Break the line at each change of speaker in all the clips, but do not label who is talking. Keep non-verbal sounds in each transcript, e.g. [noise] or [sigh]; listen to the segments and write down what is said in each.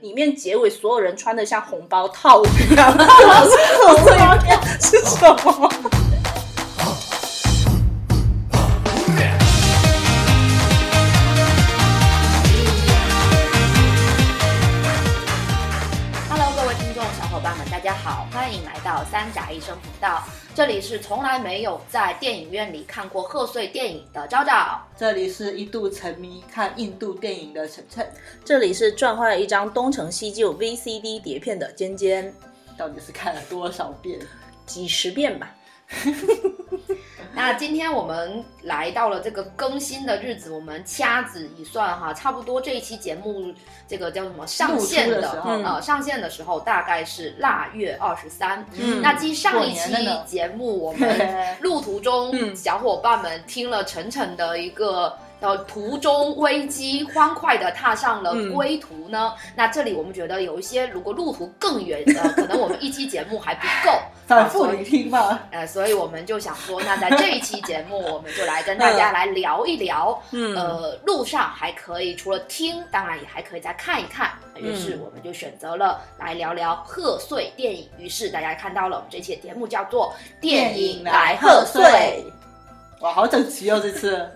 里面结尾所有人穿的像红包套一样，不知道是红包是什么。
Hello，各位听众小伙伴们，大家好，欢迎来到三甲医生频道，这里是从来没有在电影院里看过贺岁电影的昭昭。
这里是一度沉迷看印度电影的晨晨，
这里是转坏了一张东成西就 VCD 碟片的尖尖，
到底是看了多少遍？
几十遍吧。
那今天我们来到了这个更新的日子，我们掐指一算哈，差不多这一期节目这个叫什么上线
露出的时候
呃上线的时候大概是腊月二十三。
嗯
那继上一
过
期
年了呢
节目，我
[laughs]
们路途中，
嗯
小伙伴们听了晨晨的一个。呃，途中危机，欢快的踏上了
嗯
归途呢。那这里我们觉得有一些，如果路途更远的，可能我们一期节目还不够，
反复
啊所以
聆听吧。
呃，所以我们就想说，那在这一期节目，我们就来跟大家来聊一聊，
嗯
呃，路上还可以除了听，当然也还可以再看一看。于是我们就选择了来聊聊贺岁电影。于是大家看到了我们这期的节目叫做《电影来贺岁》。
哇，好整齐哦，这次。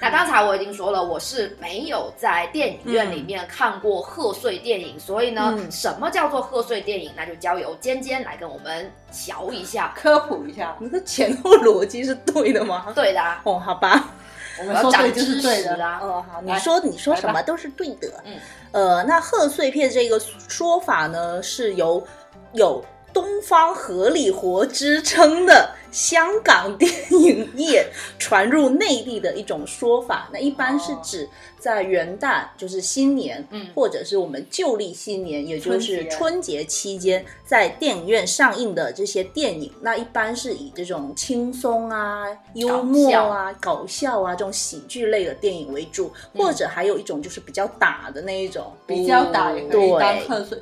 那刚才我已经说了，我是没有在电影院里面看过贺岁电影，所以呢，
嗯
什么叫做贺岁电影，那就交由尖尖来跟我们瞧一下。
科普一下，
[laughs] 你的前后逻辑是对的吗？
对的啊，
哦，好吧。
我
我
们
要
说
长
对就
知
是对
识
的。
啊。
哦，好，你
来
说你说
来
什
吧
么都是对的。
嗯，
呃，那贺岁片这个说法呢，是由有东方合力活之称的香港电影业传入内地的一种说法。那一般是
哦
指在元旦，就是新年，
嗯
或者是我们旧历新年，也就
春
是
节
春节期间在电影院上映的这些电影，那一般是以这种轻松啊、幽默啊、搞笑啊这种喜剧类的电影为主，或者还有一种就是比较打的那一种，
比较打也可以
对
当
[laughs]
贺岁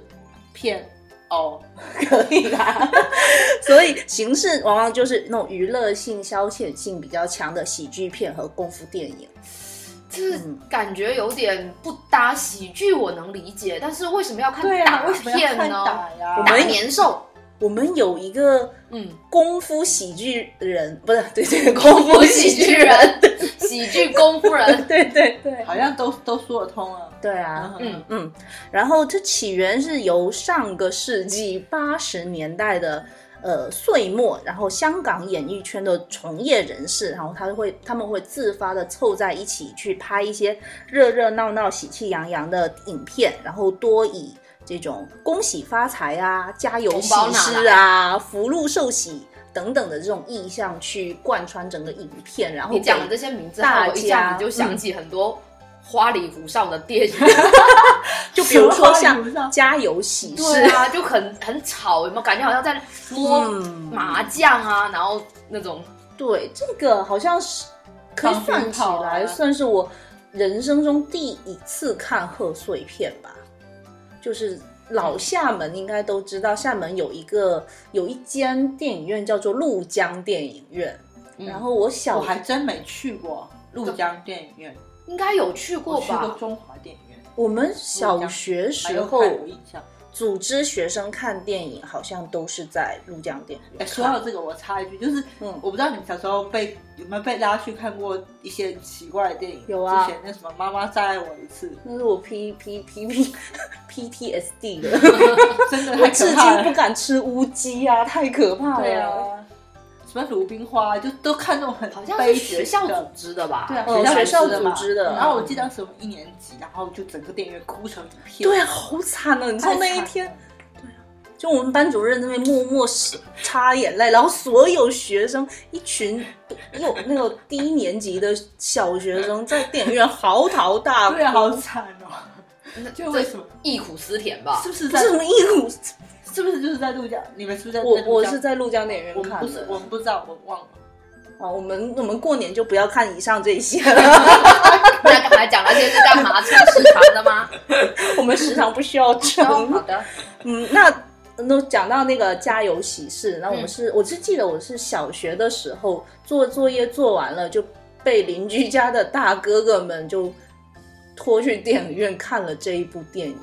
片哦。
可以啦。所以形式往往就是那种娱乐性、消遣性比较强的喜剧片和功夫电影。
就是感觉有点不搭。喜剧我能理解，但是为什么要看
对啊，
打
为什么要
片
看
呢？
打呀？
我
打
们
年兽，
我们有一个
嗯，
功夫喜剧人，不是对 [laughs] 对，功夫喜剧人，
人，喜剧功夫人，
对对对，
好像都都说得通了。
对啊。
嗯，
嗯，然后这起源是由上个世纪八十年代的呃岁末，然后香港演艺圈的从业人士，然后他会他们会自发的凑在一起去拍一些热热闹闹、喜气洋洋的影片，然后多以这种恭喜发财啊、加油
红
喜
包拿
事啊、福禄寿喜。等等的这种意象去贯穿整个影片，然后
你讲
给
的这些名字，
大
害我一下
家
子就想
嗯
起很多花里胡哨的电影。
就比如说
手腕以
像
上
加油喜事
对啊，就很很吵，有没有感觉好像在摸
嗯
麻将啊，然后那种
对，这个好像是可以
放
算
鞭
起
炮啊
来，算是我人生中第一次看贺岁片吧。就是
嗯
老厦门应该都知道，厦门有一个有一间电影院叫做鹭江电影院。
嗯
然后我小
我还真没去过陆江电影院，
应该有去过
嗯我去过
吧？
中华电影院，
我们小学
还
时
有
候
看有印象。
组织学生看电影，好像都是在鹭江电影院
哎，说
看。
到这个，我插一句，就是，
嗯
嗯，我不知道你们小时候被有没有被拉去看过一些奇怪的电影？
有啊
之前那什么《妈妈再爱我一次
那是我 P P P P P T S D
[laughs]
的，》， [laughs]
真的
我
太
至
可
今
怕
不
了。
敢吃乌鸡啊，太可怕了。
对啊，什么《鲁冰花》，就都看那种很
好像是
悲
学
情
校组
的。
织的吧？
对啊，
嗯
学校
学校
嘛
组织的嗯
然后我记得当时我们一年级，然后就整个电影院哭成一片。
对啊，好惨啊！你知道
太惨了，
那一天，就我们班主任那边默默是擦眼泪，然后所有学生一群有那个低年级的小学生在电影院嚎啕大哭，
对啊，好惨哦！
那
就
这
为什么？
忆苦思甜吧
是？不是
不
在？
是什么一股，
是不是就是在陆江？你们是不是在？
我
在陆
我
江
是在陆江电影
我
院
们
看
不是
的，。
我们不知道，我忘了。
啊，我们我们过年就不要看以上这些
[laughs]
了，
那刚才讲那些是干嘛？吃食堂的 [laughs] 吗？
我们时常不需要
哦
争
好。的，
嗯，那那讲到那个家有喜事，那我们
嗯
是、我是记得我是小学的时候做作业做完了，就被邻居家的大哥哥们就拖去电影院看了这一部电影。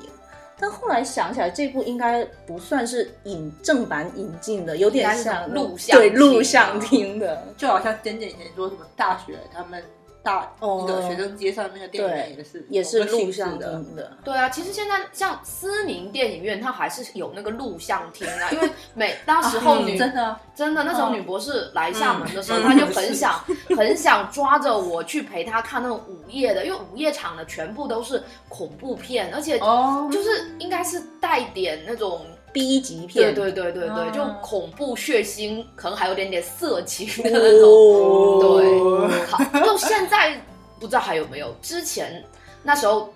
但后来想起来，这部应该不算是引正版引进的，有点像
应该是录像
对
厅
录像厅的。
就好像点点以前说什么大学他们大
哦
那个学生街上那个电影院也是
也是
同个
录
性质
像
的，
厅的，
对啊，其实现在像思宁电影院，它还是有那个录像厅啊，因为 [laughs] 每那时候女、
嗯真的啊
真的那嗯时候
哦
女博士来厦门的时候，
嗯
她就很 [laughs] 想很想抓着我去陪她看那种午夜的，因为午夜场的全部都是恐怖片，而且
哦，
就是应该是带点那种。
B 级片哦
对，对对对对，
嗯
就恐怖血腥，可能还有点点色情的那种。
哦
对，好，到现在不知道还有没有。之前那时候，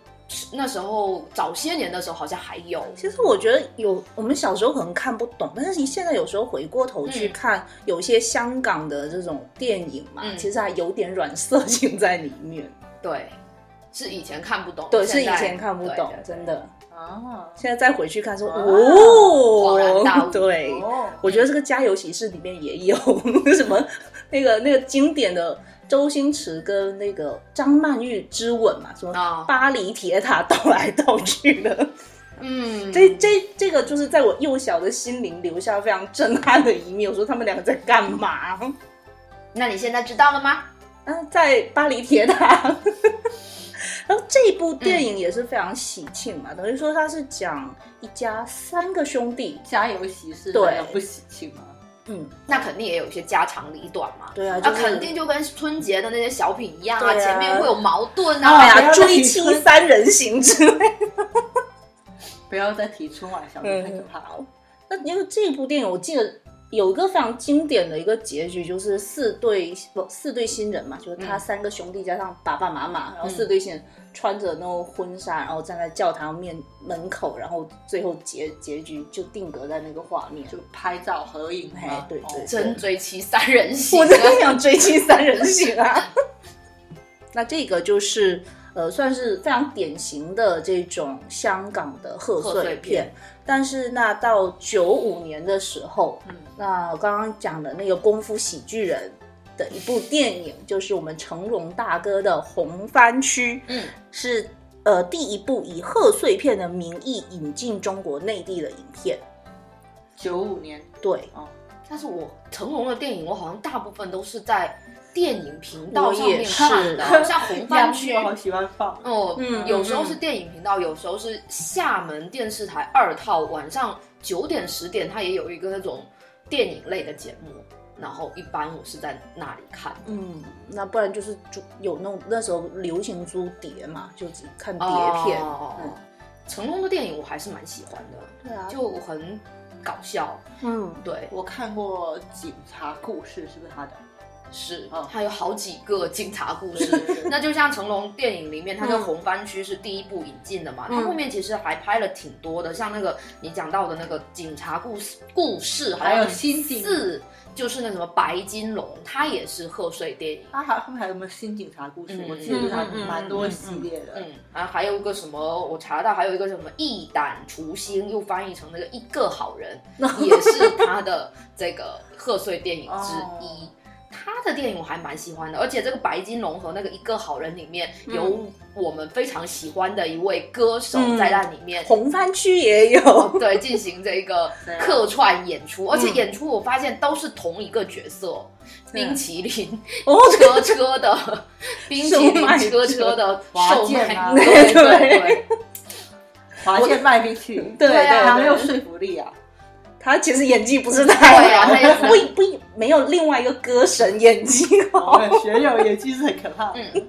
那时候早些年的时候好像还有。
其实我觉得有，我们小时候可能看不懂，但是现在有时候回过头去
嗯
看，有一些香港的这种电影嘛，
嗯
其实还有点软色情在里面。
对，是以前看不懂，
对，是
现
以
在
前看不
对
懂
对，对哦
真的。
啊
现在再回去看说，
哇
恍然大
哦 [laughs]
悟，
对，
哦，
我觉得这个《家有喜事》里面也有什么那个那个经典的周星驰跟那个张曼玉之吻嘛，什么
啊
巴黎铁塔倒来倒去的，
嗯，
这这这个就是在我幼小的心灵留下非常震撼的一面。我说他们两个在干嘛？
那你现在知道了吗？
啊，在巴黎铁塔。 [laughs] 然后这
嗯
部电影也是非常喜庆嘛，等于说它是讲一家三个兄弟，
家有喜事，
对
难道不喜庆啊吗？
嗯，
那肯定也有一些家长里短嘛。
对啊，
那、
就是、
肯定就跟春节的那些小品一样
对啊
前面会有矛盾
哎
啊。
不
呀，
要再
追
提
妻
春
三人行之类的。
不要再提春晚小品太可怕了。
嗯
那因为这部电影，我记得有一个非常经典的一个结局，就是四对不四对新人嘛，就是他
嗯
三个兄弟加上爸爸妈妈，然后四对新人穿着那种婚纱，然后站在教堂面门口，然后最后结结局就定格在那个画面。
就拍照合影
哎
嘛，
对对
哦
真追妻三人行啊，
我真的想追妻三人行啊！ [laughs] 那这个就是呃，算是非常典型的这种香港的贺
贺
岁
岁
片
片。
但是那到九五年的时候，
嗯
那我刚刚讲的那个《功夫喜剧人》的一部电影，就是我们成龙大哥的《红番区》，
嗯，
是呃第一部以贺岁片的名义引进中国内地的影片。
九五年
对，
但是我成龙的电影，我好像大部分都是在电影频
我
道上
也
面看的，
是
像红番
番
区
剧，我好喜欢放，
哦，
嗯
有时候是电影频道，有时候是厦门电视台二套，晚上九点十点，它也有一个那种电影类的节目，然后一般我是在那里看。
嗯，那不然就是租有那种那时候流行租碟嘛，就只看碟片。
哦
嗯
成龙的电影我还是蛮喜欢的，
对啊，
就很搞笑，
嗯，
对，
我看过《警察故事》，是不是他的？
是
哦，
它有好几个警察故
对对
事 [laughs]
对。
那就像成龙电影里面，它就
嗯
红番区是第一部引进的嘛，
嗯
它后面其实还拍了挺多的，像那个你讲到的那个警察故事故事，
还
好
有
像
新警
四就是那什么白金龙，它也是贺岁电影。
他还后面还有没有新警察故事？
嗯
我记得他蛮多系列的。
嗯，啊，还有一个什么，我查到还有一个什么一胆除星，又翻译成那个一个好人，
[laughs]
也是他的这个贺岁电影之
哦
一。他的电影我还蛮喜欢的，而且这个《白金龙》和那个《一个好人》里面有
嗯
我们非常喜欢的一位歌手
嗯
在那里面， [laughs] 哦
红番区也有。
对，进行这个
对啊嗯
客串演出，而且演出我发现都是同一个角色，
啊
对
冰淇淋
[laughs] 哦，
车车
[laughs]
的，冰淇
售卖
淋车车的
华
售
健
卖
啊，
[laughs]
对
对
对
华健卖冰淇淋，
对
对啊
他
啊，
很
没
有
有
说服力啊。
他其实演技不是太
对啊
好
他也，是
不不没有另外一个歌神演技
哦
我
好。
们学友演技是很可怕的。
对，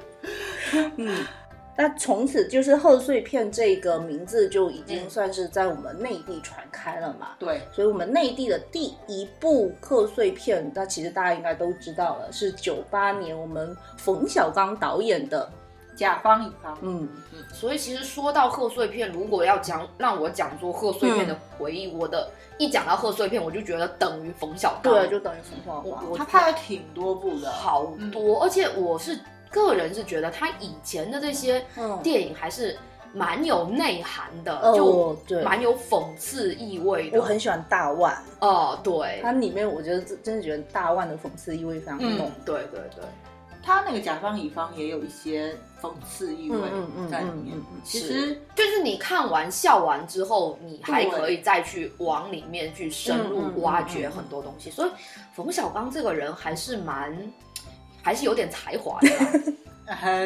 嗯，
[laughs] 嗯，那从此就是贺岁片这个名字就已经算是在我们内地传开了嘛。
[laughs] 对，
所以，我们内地的第一部贺岁片，那其实大家应该都知道了，是九八年我们冯小刚导演的，
甲方乙方，
嗯，
所以其实说到贺岁片，如果要讲让我讲说贺岁片的回忆，我的一讲到贺岁片，我就觉得等于冯小刚，
对，就等于冯小
我
刚。
我
他拍了挺多部的。
好多，
嗯
而且我是个人是觉得他以前的这些
嗯
电影还是蛮有内涵的，
哦
就
对
蛮有讽刺意味的。
我很喜欢大腕，
哦，对，
它里面我觉得真真的觉得大腕的讽刺意味非常
嗯
浓。，
对对对，
他那个甲方乙方也有一些讽刺意味在里面。其实
就是你看完笑完之后，你还可以再去往里面去深
嗯
入挖掘很多东西。所以冯小刚这个人还是
[laughs]
蛮，还是有点才华的啦。
哎，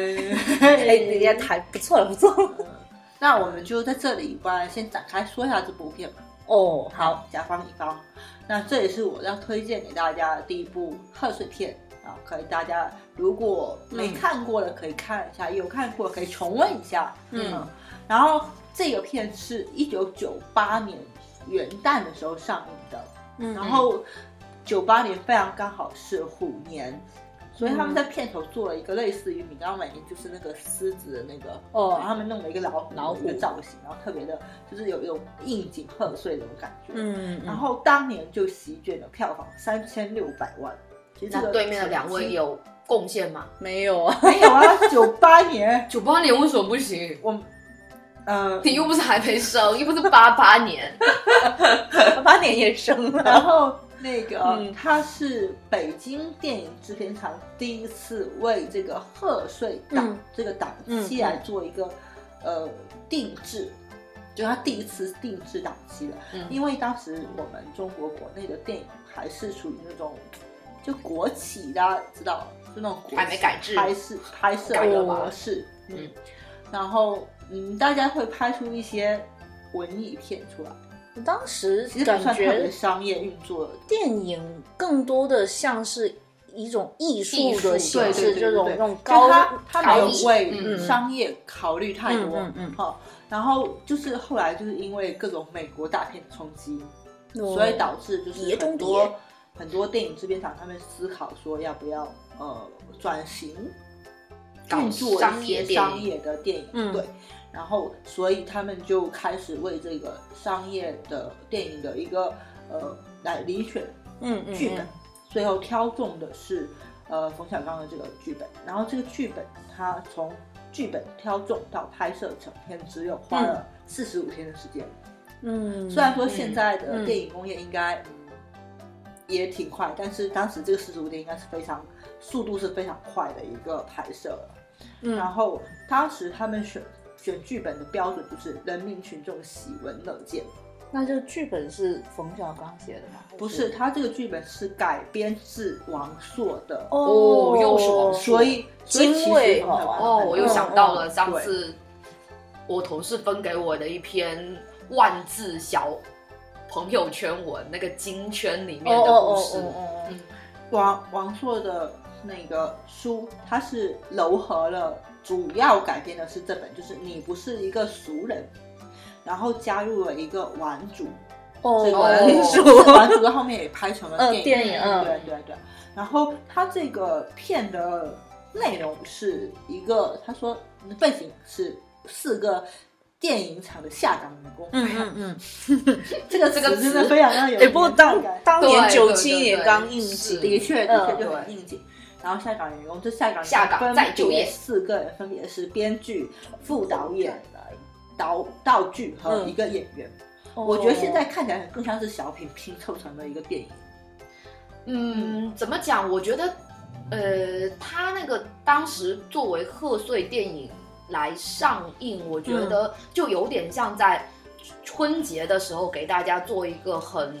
你也还不错了，不错。
[laughs] 那我们就在这里吧，先展开说一下这部片吧。
哦，好，
好，甲方乙方，那这也是我要推荐给大家的第一部贺岁片啊，可以大家如果没看过的可以看一下，有看过的可以重温一下。
嗯
然后这个片是一九九八年元旦的时候上映的，
嗯
然后九八年非常刚好是虎年。所以
嗯
他们在片头做了一个类似于米高梅，就是那个狮子的那个，
哦
然后他们弄了一个老虎
老虎
的造型，然后特别的，就是有一种应景贺岁的那种感觉。
嗯，
然后当年就席卷了票房三千六百万。其实这
那
个
对面的两位有贡献吗？
没有啊，
没有啊？九八年，
九八年为什么不行？
我呃，
你又不是还没生，又不是八八年。
八年也生
[laughs]
然
了，
后那个、
嗯
他是北京电影制片厂第一次为这个贺岁档、
嗯
这个档期来做一个、
嗯
呃定制，就他第一次定制档期的，
嗯
因为当时我们中国国内的电影还是属于那种就国企，大家知道，就那种国企
还没改制
拍摄拍摄
改
的
革吧
模式，嗯
嗯，
然后嗯，大家会拍出一些文艺片出来，
[laughs] 当时
其实不
感
算特别
觉
商业运作的。
电影更多的像是一种艺术
艺术
的
对
形
对
式，
对
这种
对
这种
就
高
他他没
高
有
级
为
嗯
嗯
商业考虑太多，
嗯嗯嗯
好然后就是后来就是因为各种美国大片冲击，
嗯
所以导致就是
碟中
很
谍
多很多电影制片厂他们思考说要不要呃转型，
搞
运作
商
一
业
些
电
商
影
业的电影，
嗯
对。然后，所以他们就开始为这个商业的电影的一个呃来遴选
嗯嗯
剧本，最后挑中的是呃冯小刚的这个剧本。然后这个剧本，他从剧本挑中到拍摄成片，只有花了四十五天的时间。
嗯，
虽然说现在
嗯
的电影工业应该也挺快，但是当时这个四十五天应该是非常速度是非常快的一个拍摄了。
嗯
然后当时他们选选剧本的标准就是人民群众喜闻乐见，
那这个剧本是冯小刚写的吗？还
不是他这个剧本是改编自王朔的
哦又是王朔
所以所以其
精卫
实很好看
哦，我又想到了
嗯
上
对
次我同事分给我的一篇万字小朋友圈文，那个金圈里
哦
面的
哦
故
哦
事。
哦哦，
嗯
王王朔的那个书，它是糅合了主要改编的是这本，就是你不是一个俗人，然后加入了一个玩主，
哦
这个
玩主
这个玩主到后面也拍成了
嗯
电影，
电影嗯
对对对。然后它这个片的内容是一个，他说背景是四个电影厂的下岗员工，
嗯嗯嗯，
这个
这个
词真的
词
非常让有
哎，不过
年代
当
感
当
对
年
对
九
对
七
对
也
对
刚应
是
季，
的确，
嗯
的确就很应景。然后下岗员工，这下岗员工
下岗
分
再就业
别四个人分别是编剧、副导演、导道具和
嗯
一个演员。
哦
我觉得现在看起来更像是小品拼凑成的一个电影。
嗯，怎么讲？我觉得，呃，他那个当时作为贺岁电影来上映，我觉得就有点像在春节的时候给大家做一个很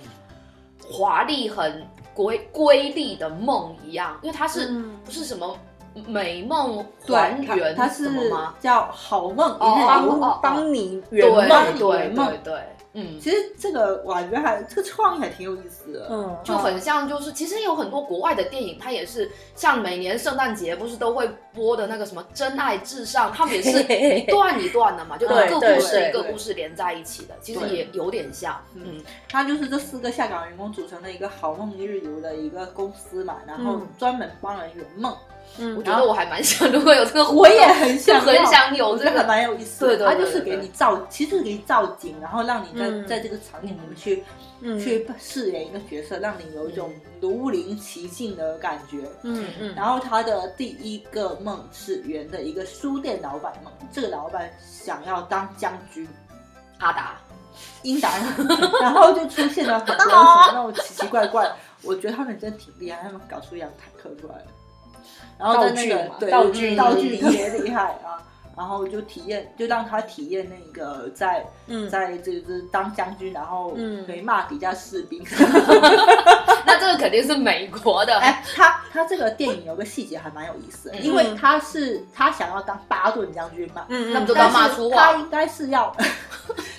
华丽、很瑰瑰丽的梦一样，因为它是、
嗯
不是什么美梦还原
它
什么
是
吗？
叫《好梦
哦
一日游》
哦哦
帮你圆
对
梦，
对对
圆梦
对对，嗯。
其实这个我觉得还这个创意还挺有意思的。
嗯，
就很像，就是其实有很多国外的电影，它也是像每年圣诞节不是都会播的那个什么《真爱至上》，他们也是一段一段的嘛，就一
对
个
对
故事
对
一个
对
故事连在一起的，其实
对
也有点像，
嗯
嗯，
它就是这四个下岗员工组成的一个好梦一日游的一个公司嘛，然后
嗯
专门帮人圆梦。
我
嗯
觉得我还蛮想，如果有这个活动，
我也 [laughs] 很想
就很
要
想有这
这个
个，
蛮有意思的，
对对对
它就是给你造，其实就是给你造景，然后让你在、
嗯
在这个场景里面去、
嗯
去饰演一个角色，让你有一种
嗯
如临其境的感觉。
嗯嗯
然后他的第一个梦是圆的一个书店老板梦，这个老板想要当将军，
阿达， [laughs]
英达， [laughs] 然后就出现了很多什么那种奇奇怪怪。我觉得他们真的挺厉害，他们搞出一辆坦克出来了。然后在那
道具
个
嘛
对
道具
道
也
具
厉
特别厉害啊，然后就体验，就让他体验那个在
嗯
在这个当将军，然后
嗯
可以骂底下士
[laughs]
兵。
那这个肯定是美国的，
哎，他他这个电影有个细节还蛮有意思的，
嗯
因为他是他想要当巴顿将军嘛，
嗯嗯
那不就
但
刚
是
骂出
他
话，
应该是
[laughs]
要，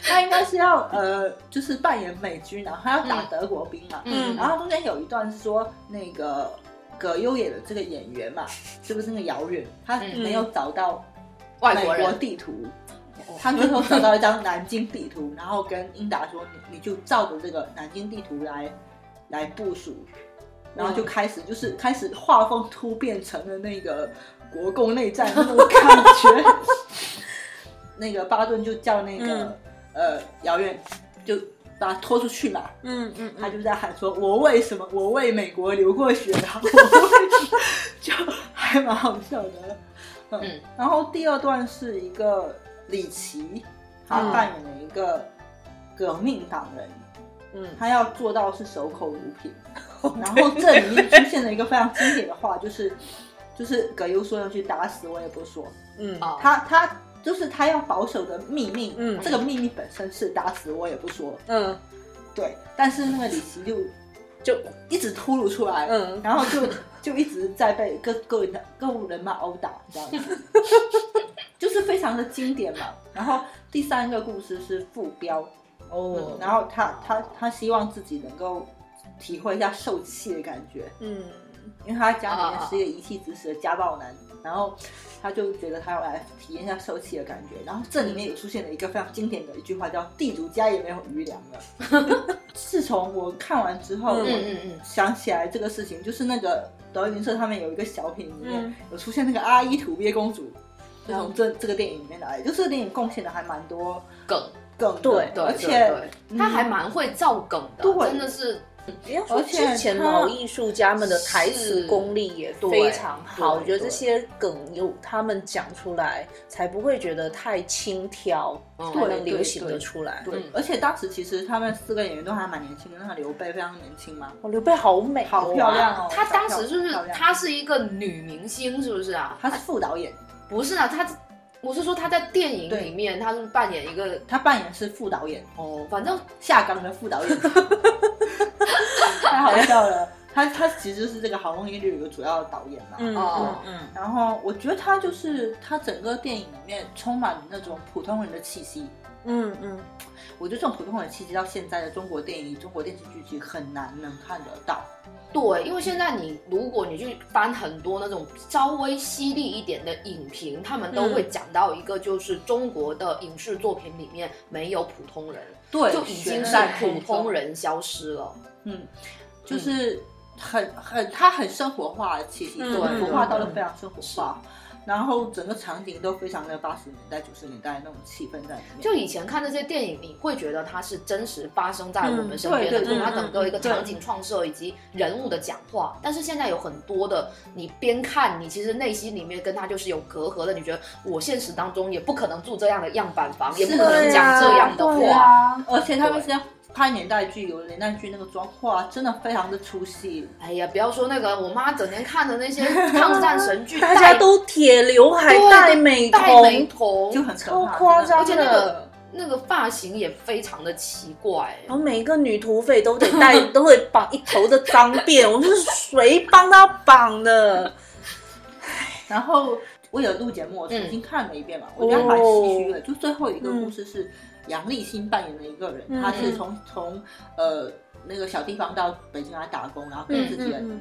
他应该是要呃，就是扮演美军，然后他要打德国兵嘛。
嗯
然后中间有一段是说那个葛优演的这个演员嘛，是不是那个遥远，他
嗯
没有找到
外
美
国
国
人，
地图。他最后找到一张南京地图，然后跟英达说：“你你就照着这个南京地图来来部署。”然后就开始就是开始画风突变成了那个国共内战那种感觉。 [laughs] 那个巴顿就叫那个、
嗯
呃姚远就把他拖出去嘛，
嗯嗯
他就在喊说：“我为什么？我为美国流过血，然后我为什么就还蛮好笑的。嗯，
嗯
然后第二段是一个李琦，他
嗯
扮演了一个革命党人，
嗯
他要做到是守口如
[laughs]
瓶。然后这里面出现了一个非常经典的话，就是就是葛优说要去打死我也不说，
嗯
哦，
他他就是他要保守的秘密，
嗯
这个秘密本身是打死我也不说，
嗯
对，但是那个李琦就
就
一直突如出来，
嗯
然后就 [laughs] 就一直在被各各人各路人马殴打，这样子，就是非常的经典嘛。然后第三个故事是副标，嗯
哦
然后他他他希望自己能够体会一下受气的感觉，
嗯
因为他家里面
啊啊啊
是一个遗弃子嗣的家暴男，然后他就觉得他要来体验一下受气的感觉。然后这里面有出现了一个非常经典的一句话，叫“地主家也没有余粮了” 。自从我看完之后，
嗯
嗯
我
嗯嗯，
想起来这个事情，就是那个德云社他们有一个小品里面、
嗯
有出现那个阿依土鳖公主，就从这这个电影里面来的，就这个电影贡献的还蛮多
梗，
梗的，
对
对
而
对
且
对他还蛮会造梗的，
对
真的是
不要说
而且
之前
他
老艺术家们的台词功力也非常好，
对
我觉得这些梗有他们讲出来，才不会觉得太轻佻，
嗯
才能流行的出来。
对
嗯，
而且当时其实他们四个演员都还蛮年轻的，那个刘备非常年轻嘛，
哦，刘备好美、哦，
好漂亮哦！
啊他当时就是
漂亮
他是一个女明星，是不是啊？
他是副导演，
不是啊，他我是说他在电影
对
里面，他是扮演一个
他扮演是副导演，
哦，反正
下岗的副导 [laughs] 演，太好笑了。他他其实就是这个《好梦一律》有个主要的导演嘛。
嗯
哦
嗯嗯
然后我觉得他就是他整个电影里面充满了那种普通人的气息。
嗯嗯
我觉得这种普通人的气息到现在的中国电影、中国电视剧其实很难能看得到。
对，因为现在你如果你去翻很多那种稍微犀利一点的影评，他们
嗯
都会讲到一个，就是中国的影视作品里面没有普通人，
对
就已经是普通。人消失了。
嗯，就是很很他很生活化的气息，
嗯
生活
对
化到了非常生活化，然后整个场景都非常的八十年代、九十年代那种气氛在里面。
就以前看这些电影，你会觉得它是真实发生在我们身边
嗯
的，
对对
就是它
嗯
整个一个
对
场景创设以及人物的讲话。但是现在有很多的，你边看，你其实内心里面跟它就是有隔阂的。你觉得我现实当中也不可能住这样的样板房，也不
是啊
可能讲这样的
对
话。
啊
而且他们现在拍年代剧，有的年代剧那个妆化真的非常的出戏，
哎呀，不要说那个，我妈整天看的那些抗战神剧，
大家都铁刘海、
对
戴美
戴戴美
瞳，
瞳，
就很可
超
怕
夸张
真
的
的
那个发型也非常的奇怪。
然后每一个女土匪都得 [laughs] 戴，都得绑一头的脏辫，我是谁帮她绑的？
然后我有录节目，我重新看了一遍嘛，我觉得
嗯哦
蛮唏嘘的。就最后一个故事是杨立新扮演的一个人，
嗯
他是从从呃那个小地方到北京来打工，然后跟自己的
嗯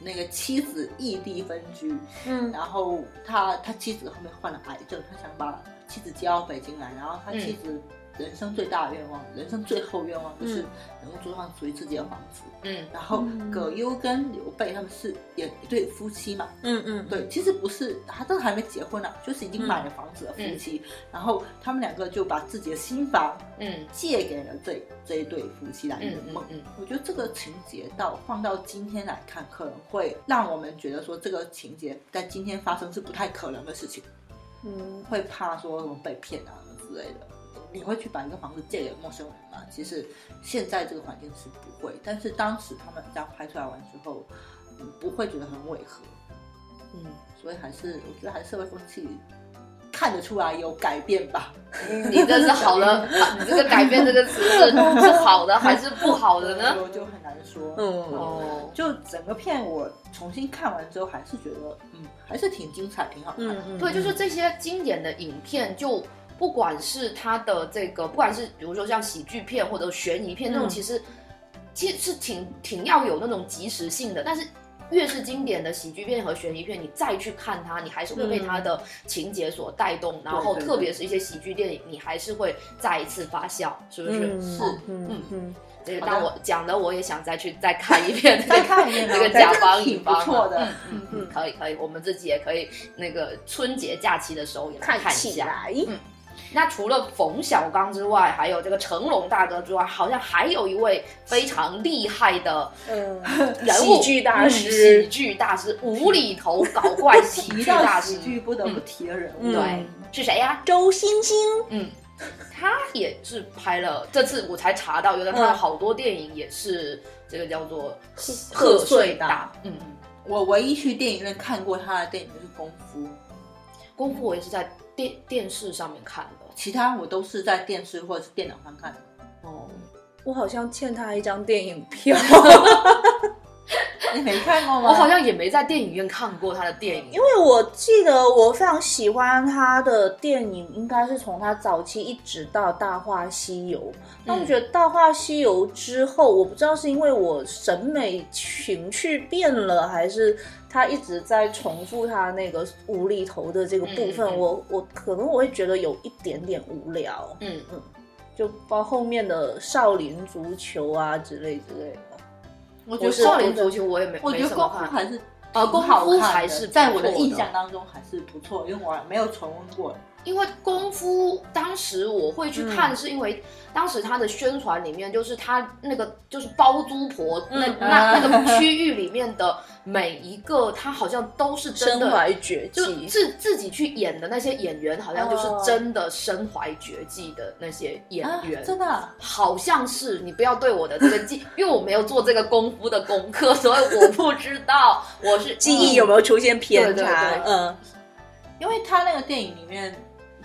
那个妻子异地分居，
嗯
然后他他妻子后面患了癌症，他想把妻子接到北京来，然后他妻子人生最大的愿望，人生最后愿望就是
嗯
能够住上属于自己的房子。
嗯，
然后
嗯
葛优跟刘备他们是也一对夫妻嘛，
嗯嗯，
对，其实不是，他都还没结婚呢、就是已经买了房子的夫妻，然后他们两个就把自己的新房
嗯
借给了这这一对夫妻来
嗯
圆梦
嗯。嗯，
我觉得这个情节到放到今天来看，可能会让我们觉得说这个情节在今天发生是不太可能的事情，
嗯
会怕说什么被骗啊什么之类的。你会去把一个房子借给陌生人吗？其实现在这个环境是不会，但是当时他们这样拍出来完之后，嗯不会觉得很违和。
嗯，
所以还是我觉得还是社会风气看得出来有改变吧。
[laughs] 你这是好的，你这个改变这个词是是好的还是不好的呢？
我就很难说。
嗯
哦，
就整个片我重新看完之后，还是觉得嗯，还是挺精彩，挺好看的。
嗯，
[laughs] 对，就是这些经典的影片，就不管是它的这个，不管是比如说像喜剧片或者悬疑片那种，
嗯
其实其实是挺挺要有那种及时性的，但是。越是经典的喜剧片和悬疑片，你再去看它，你还是会被它的情节所带动，然后
对对
特别是一些喜剧电影，你还是会再一次发笑，是不是？
嗯
是
嗯嗯，
这个
好的，
当我讲的，我也想再去再看一遍
[laughs] 再看一遍啊
这个
真的
甲方
挺
乙方啊，
不错的
嗯嗯，嗯可以可以，我们自己也可以那个春节假期的时候也来看一
起
下。
啊
来，
那除了冯小刚之外，还有这个成龙大哥之外，好像还有一位非常厉害的
嗯，
人物
喜剧大
嗯喜
师，
剧大师，无厘头搞怪喜
提
剧
到
大
[laughs] 喜
师，
剧，不得不提的人物，
嗯
对，是谁呀？
周星星，
嗯，他也是拍了，这次我才查到，原来他的好多电影也是这个叫做
贺
贺
岁
岁
档
档。嗯，嗯
我唯一去电影院看过他的电影就是《功夫》，
功夫我也是在电电视上面看的。
其他我都是在电视或者是电脑上看的。
哦，
我好像欠他一张电影票，
你没看过吗？
我好像也没在电影院看过他的电影，
因为我记得我非常喜欢他的电影，应该是从他早期一直到《大话西游》。那
嗯
我觉得《大话西游》之后，我不知道是因为我审美情趣变了，还是他一直在重复他那个无厘头的这个部分，
嗯嗯嗯
我我可能我会觉得有一点点无聊，
嗯，
就包括后面的少林足球啊之类之类的。
我觉
我
得
少林
功夫
足球我也没
我觉
没
得
怎
功
么
夫
看。
还是
呃
挺
功夫
好看的
还是不
在我的
错的
印象当中还是不错，因为我没有重温过。
因为功夫当时我会去看，
嗯
是因为当时它的宣传里面就是它那个就是包租婆那、那
啊
那个区域里面的每一个，它好像都是真
身
的
怀绝
就
技，
自自己去演的那些演员，好像
哦
就是真的身怀绝技的那些演
啊
员，，
真的啊、
好像是。你不要对我的这个记，因为我没有做这个功夫的功课，所以我不知道。我是嗯
记忆有没有出现偏差？
对对对
嗯
因为他那个电影里面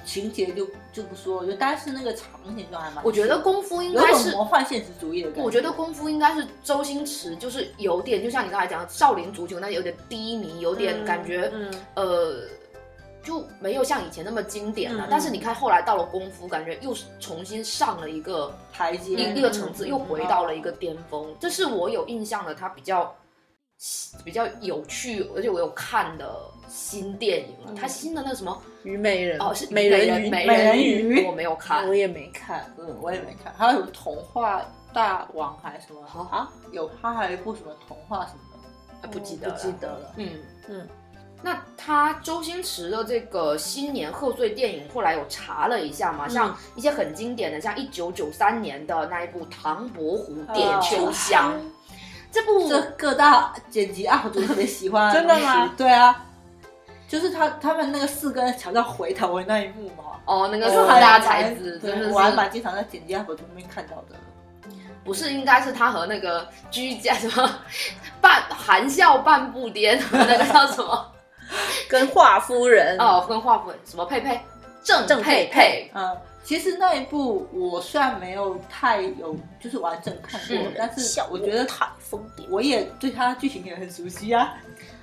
情节就就不说，我觉得但是那个场景就还蛮。
我觉得功夫应
有
该
种
是
魔幻现实主义的感
我觉得功夫应该是周星驰，就是有点就像你刚才讲的少林足球，那有点低迷，有点感觉、
嗯嗯
呃。就没有像以前那么经典了、
嗯嗯
但是你看后来到了功夫，感觉又是重新上了一个
台阶
一
嗯
一个层次又回到了一个巅峰，这是我有印象的，它比较比较有趣，而且我有看的新电影了。它新的那个什么
虞美人
哦是
嗯呃美人鱼，
美
美人
人
鱼
我没有看
我。也没看。
嗯，我也没看，还有什么童话大王还是什么
好
啊？有他还有一部什么童话什么的，
啊不记
嗯
得了
不记得了。
嗯
嗯。
嗯，那他周星驰的这个新年贺岁电影，后来有查了一下嘛，像一些很经典的，像一九九三年的那一部《唐伯虎点秋香》，这部
这各大剪辑 UP 主特别喜
[laughs]
欢
真的吗？
对啊，就是他他们那个四个人桥上回头的那一幕嘛，
哦，那个
就
四
还
大
蛮
才子
对
真的
我还
是
蛮经常在剪辑啊 UP 主那边看到的。
不是，应该是他和那个居家什么半含笑半步癫，那个叫
[laughs]
什么？
跟华夫人，
哦，跟画粉什么佩佩，郑
郑
佩
佩佩
嗯，其实那一部我虽然没有太有就是完整看过
是，
但是
笑
我觉得
太疯癫。
我也对他剧情也很熟悉啊。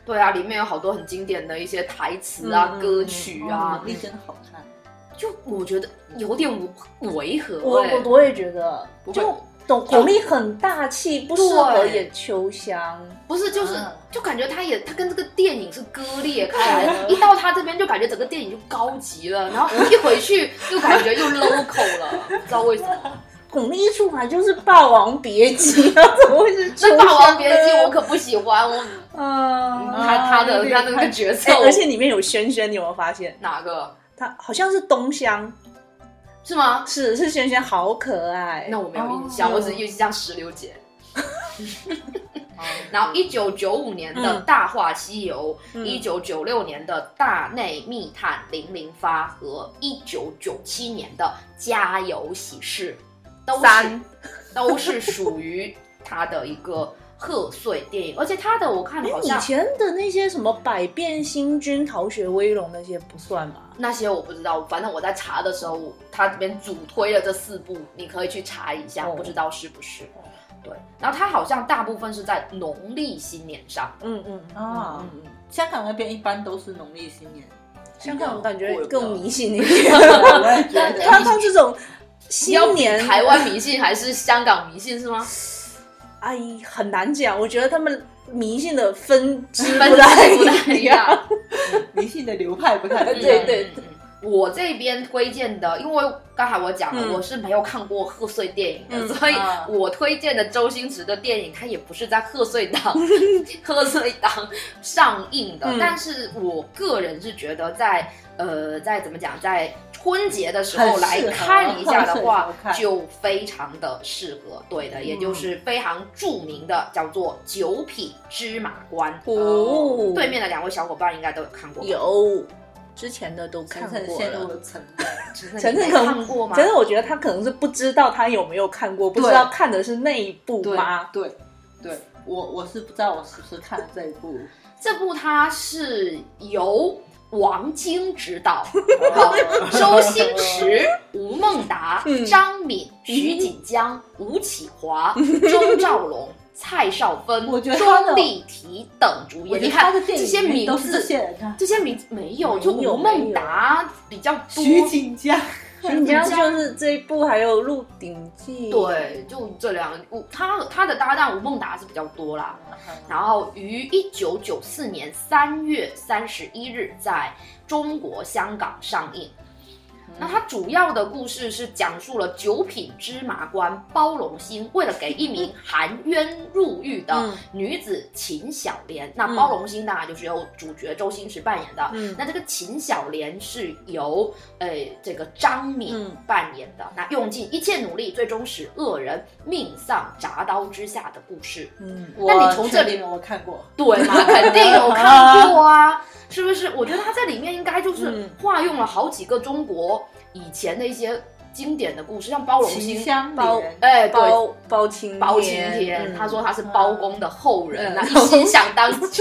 对啊，里面有好多很经典的一些台词啊、
嗯
歌曲啊
努，力真的好看。
就我觉得有点违违和、
我
欸
我我也觉得，
不会
就董巩俐很大气，不适合演秋香。
不是，就是、
嗯
就感觉他也他跟这个电影是割裂
嗯
开来，一到他这边就感觉整个电影就高级了，然后一回去又感觉又 local 了，不知道为什
[laughs]
么。
巩俐一出来就是《霸王别姬》啊，怎么会是秋
这《
香呢
霸王别姬》我可不喜欢，我
嗯，
他他
有
的
点
他的那个角色
哎，，
我
而且里面有萱萱，你有没有发现？
哪个
她好像是东乡，
哦是吗？
是是萱萱，好可爱。
那我没有印象，
哦
我只是印象石榴姐。
嗯
哦然后一九九五年的
嗯
《大话西游》
嗯
一九九六年的《大内密探零零发》和一九九七年的《家有喜事》，都是
三
都是属于他的一个贺岁电影，而且他的我看好
哎以
像
前的那些什么百变星君、逃学威龙那些不算吗？
那些我不知道，反正我在查的时候，他这边主推了这四部，你可以去查一下，
哦
不知道是不是。对，然后他好像大部分是在农历新年上，
嗯嗯
啊
嗯嗯嗯，
香港那边一般都是农历新
[laughs]
年，
香港我感觉
我也不知道
更迷信一点。
[laughs]
我也觉
但
得
他他这种新
要
年
比台湾迷信还是香港迷信是吗？
哎很难讲，我觉得他们迷信的分支
分
不太
不太
一
一样
样。。
迷信的流派不太一样。
对对
嗯我这边推荐的，因为刚才我讲了，
嗯
我是没有看过贺岁电影的，
嗯
所以
啊
我推荐的周星驰的电影，它也不是在贺岁档 [laughs] 贺岁档上映的。
嗯
但是我个人是觉得在呃，在怎么讲，在春节的时候
很适合
来看一下的话
贺岁时候，看
就非常的适合。对
嗯
的，也就是非常著名的叫做《九品芝麻官》。啊
哦，
对面的两位小伙伴应该都有看过吧，
有之前的都看
晨
过
晨陷入
了。
了沉默。
晨
晨
晨
晨
可
看过吗？
真的，我觉得他可能是不知道他有没有看过，不知
对
道看的是那一部
对
[laughs]
吗？
对对，我我是不知道我是不是看了这一部，
这部它是由王晶执
[laughs]
导，好
呃
周星驰、吴孟达
嗯、
张敏、
嗯
徐锦江、吴启华、钟兆
[laughs]
龙。蔡少芬、
我觉得他的
庄丽缇等主
[laughs] 我
演，
觉
你
得
看
他的电
这
影
些
里面
名
都是这
字，
些人啊，
这些名字没有，就
没有
吴孟达比较多，
徐锦江，
你要就是这一部，还有《鹿鼎记》。
对，就这两，我他他的搭档吴孟达是比较多啦。然后于一九九四年三月三十一日在中国香港上映。
嗯
那它主要的故事是讲述了九品芝麻官包龙星为了给一名含冤入狱的
嗯
女子秦小莲，那
嗯
包龙星当然就是由主角周星驰扮演的。
嗯
那这个秦小莲是由呃这个张敏
嗯
扮演的，那用尽一切努力，最终使恶人命丧铡刀之下的故事。
嗯，
我
那你从这里
确定我看过，
对嘛，肯定有看过啊，是不是？我觉得他在里面应该就是
嗯
化用了好几个中国以前的一些经典的故事，像包容
秦
星，
香
包
莲
哎，对。
包包青
包青天，
天，
他说他是包公的后人啊，
嗯
一心想当
[laughs]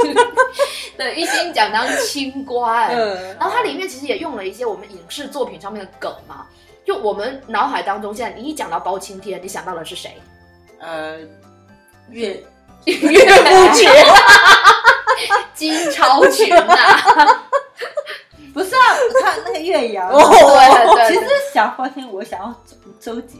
对，一心想当清官。
嗯，
然后它里面其实也用了一些我们影视作品上面的梗嘛，就我们脑海当中现在你一讲到包青天，你想到的是谁？
呃
[laughs]
月 [laughs]
岳不群，
金超群
啊
啊呐、
不是啊，他那个岳阳。
哦
[laughs] 对对
其实
对，
想半天，我想要周周杰，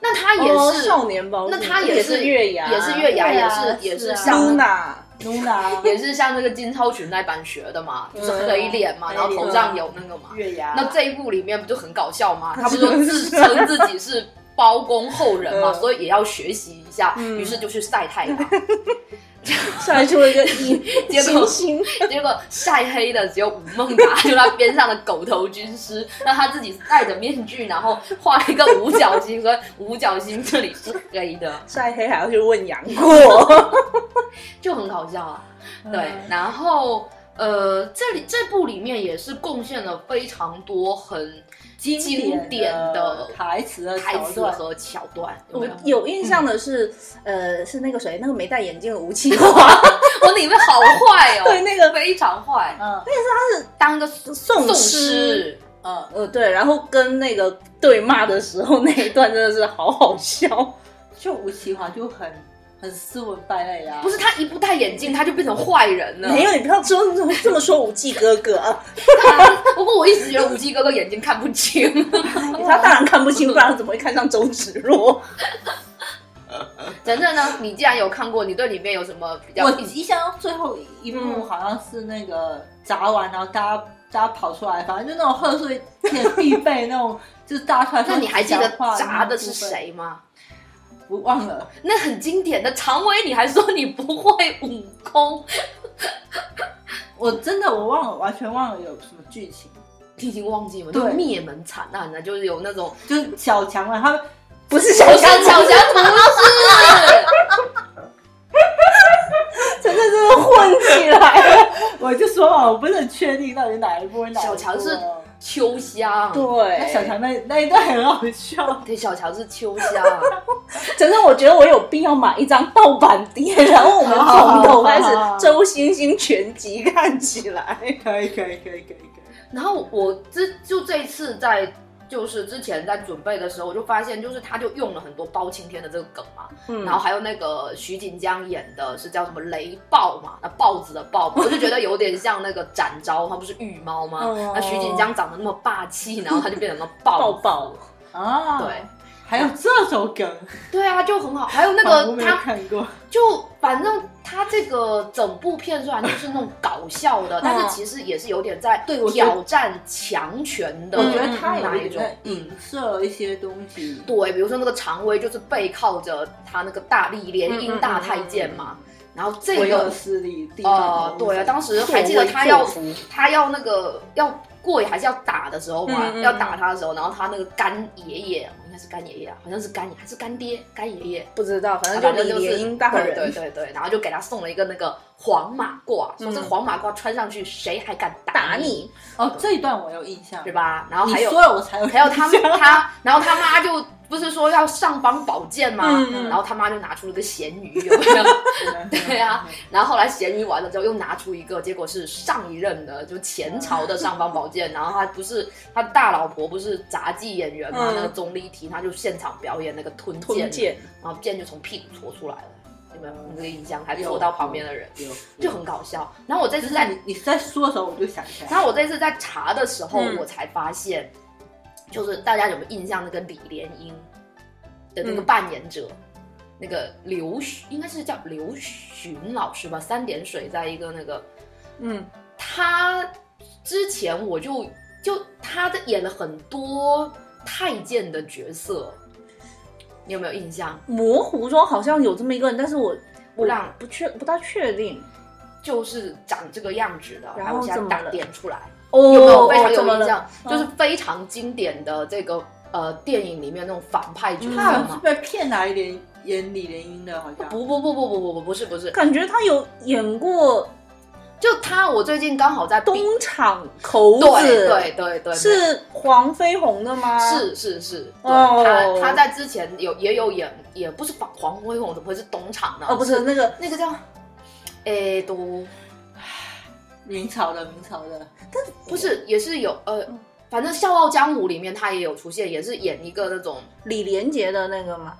那他 [laughs] 也
哦
是
少年包青
那
天，
他
也
是
月牙，
也是月牙，
对
也
啊
是也
是
是
啊
像那
Luna，
露娜
也是像那个金超群那版学的嘛，就是黑脸嘛，
嗯
然后头上有那个嘛。
月牙，
那这一部里面不就很搞笑吗？他不
[laughs]
就自称自己是包公后人嘛，
嗯
所以也要学习一下，
嗯
于是就去晒太阳， [laughs]
晒出了 [laughs] 一个影
结果
星星，
结果晒黑的只有吴孟达，就他边上的狗头军师，那他自己戴着面具，然后画了一个五角星，所以五角星这里是黑的，
晒黑还要去问杨过，
就很搞笑啊。
嗯
对，然后呃，这里这部里面也是贡献了非常多很
经
经典的
台词的
台
呃桥
词
段，
和桥段，有
[laughs] 我
没有？
有印象的是，呃，是那个谁，那个没戴眼镜的吴启华，
我哦里面好坏哦，
[laughs] 对那个
非常坏，
嗯
当个
宋
宋
诗，
诗，
嗯，
呃，对，然后跟那个对骂的时候那一段真的是好好笑，
就吴奇华就很很斯文败类啊，
不是他一不戴眼镜他就变成坏人了。
[laughs] 没有，你不要说这么这么说无忌哥 [laughs] 哥啊，
他， [laughs] 不过我一直觉得吴忌哥哥眼睛看不清， [laughs]
他当然看不清，不然怎么会看上周芷若？
晨晨呢？你既然有看过，你对里面有什么比较
我
印象？
印象中最后一幕好像是那个砸完，然后大家大家跑出来，反正就那种贺岁片必备那种，就是大串。
那你还记得
讲话
砸的是？谁吗？
我忘了，
那很经典的常威，你还说你不会武功，
我真的我忘了，完全忘了有什么剧情，
你已经忘记了，
对
就灭门惨案呢，就是有那种
就是小强嘛，他们
[laughs] 不是小
不是
强，
小强不
[laughs]
是，
真的真的混起来了，
我就说嘛，我不是很确定到底哪一部哪一部
小强是秋
[laughs]
香，
对，
那小强那那一段很好笑， [laughs]
对，小强是秋香，
真可是我觉得我有必要买一张盗版碟，然后我们从头开始周星星全集看起来。
哎可以可以可以可以可以，
然后我这就这一次在就是之前在准备的时候，我就发现就是他就用了很多包青天的这个梗嘛，
嗯
然后还有那个徐锦江演的是叫什么雷暴嘛，那豹子的豹嘛，我就觉得有点像那个展昭，他不是御猫吗？
嗯
哦
那徐锦江长得那么霸气，然后他就变成了豹
抱抱，
子
啊，
对，
还有这首梗，
对啊，就很好。还有那
我
个
没有
他
看过，
就反正他这个整部片虽然就是那种搞笑的，但是其实也是有点在
嗯对我觉得
挑战强权的
我
嗯
觉得他
那
有
一
一嗯
种。
在影射一些东西，
对，比如说那个常威就是背靠着他那个大力
嗯
连
嗯
英
嗯
大太监嘛，然后这
唯
个
嗯有势力地方
呃
头，
对啊，当时
作
还
威
记得他要
作福
他要那个要跪还是要打的时候嘛，
嗯嗯嗯
要打他的时候，然后他那个干爷爷应该是干爷爷啊，好像是干爷还是干爹干爷爷，
不知道，反
反
正
正
就
就
李
是
连英大人，
对对对对，然后就给他送了一个那个黄马褂，说这
嗯
黄马褂穿上去谁还敢
打
打你，
你，
哦，这一段我有印象，
对？吧？然后
你
还有
说了我才有印
还
象，
有他他，然后他妈就不是说要尚方宝剑吗？
嗯嗯
然后他妈就拿出了个咸鱼，有没有？ [laughs] 对
嗯
啊，然后后来咸鱼完了之后又拿出一个，结果是上一任的，就前朝的尚方宝剑。然后他不是他大老婆不是杂技演员嘛，
嗯
那个钟丽缇，他就现场表演那个吞
吞
剑，
剑，
然后剑就从屁股戳出来了，有没有？那个印象还
嗯有
戳到旁边的人，
有
就很搞笑。然后我这
就
次
是
在
在你你在说的时候，我就想起来，
然后我这次在查的时候，
嗯
我才发现，就是大家有没有印象那个李莲英的那个
嗯
扮演者，那个刘许应该是叫刘巡老师吧，三点水在一个那个
嗯
他之前我就就他的演了很多太监的角色，你有没有印象？
模糊中好像有这么一个人，但是我我
让
不确不大确定。
就是长这个样子的，
然
然后
后
现在
怎么
打
了
点出来。
哦，
有没有非常
怎么
有印
了？
象？就是非常经典的这个呃电影里面那种反派角色
他好像是
嘛。
被骗来演演李莲英的，好像
不不不不不不不不是不是，
感觉他有演过
就他我最近刚好在比
东厂口子，
对对对对，
是黄飞鸿的吗？，
是是是，对
哦
他他在之前有也有演，也不是黄黄飞鸿，怎么会是东厂呢？
哦，不是那个，
那个叫。诶，都
明朝的明朝的，
不是，也是有呃，反正《笑傲江湖》里面他也有出现，也是演一个那种
李连杰的那个吗？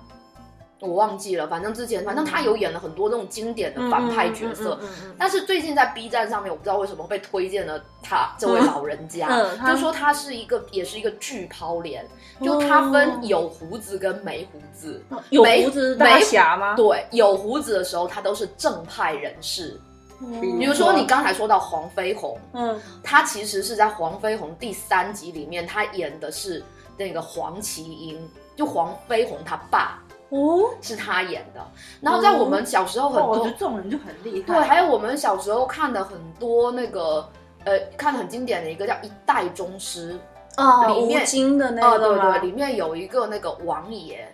我忘记了，反正之前反正他有演了很多那种经典的反派角色，
嗯，嗯嗯嗯嗯
但是最近在 B 站上面，我不知道为什么被推荐了他这位老人家，
嗯他
就说他是一个也是一个巨抛脸，就他分有胡子跟没胡子。
嗯哦有胡子大侠吗？
对，有胡子的时候，他都是正派人士。
嗯
比如说，你刚才说到黄飞鸿，
嗯
他其实是在《黄飞鸿》第三集里面，他演的是那个黄麒英，就黄飞鸿他爸
哦，
是他演的。然后在我们小时候很
哇，哦我
多，
觉得这种人就很厉害。
对，还有我们小时候看的很多那个，呃，看的很经典的一个叫《一代宗师》，
啊，
里
吴
面
京的那
呃，对
个吗
对，？里面有一个那个王爷，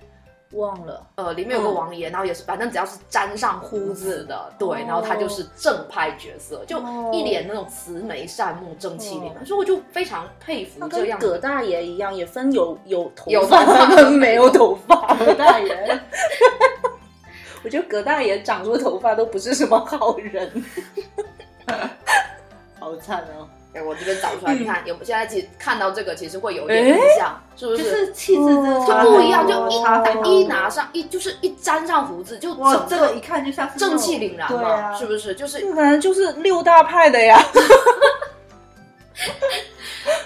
忘了，
呃，里面有个王
嗯
爷，然后也是，反正只要是沾上胡子的，对，然后他就是正派角色，就
哦
一脸那种慈眉善目、正气凛然，所以我就非常佩服
他
这
跟
样
葛
的。
大爷一样，也分有有头
有
发
头发
跟没有头发。 [laughs]
葛大爷，
我觉得葛大爷长出头发都不是什么好人。 [laughs]
好惨哦！
[laughs] 哎，我这边找
[laughs]
出来，你看，有现在其实看到这个，其实会有一点
哎
印象，是不？
就是是气质真的
就
差
不一样，就一
差
拿
太多
一拿上一就是一沾上胡子，就
哇，
整
这个一看就像是那
正
种
气凛然
对
嘛，
啊，
是不是？就是
这反正就是六大派的呀。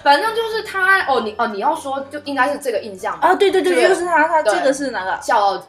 反正就是他哦，你哦你要说就应该是这个印象吧
啊，对对啊对，
对
就是他，他
对
这个是哪个？
《笑傲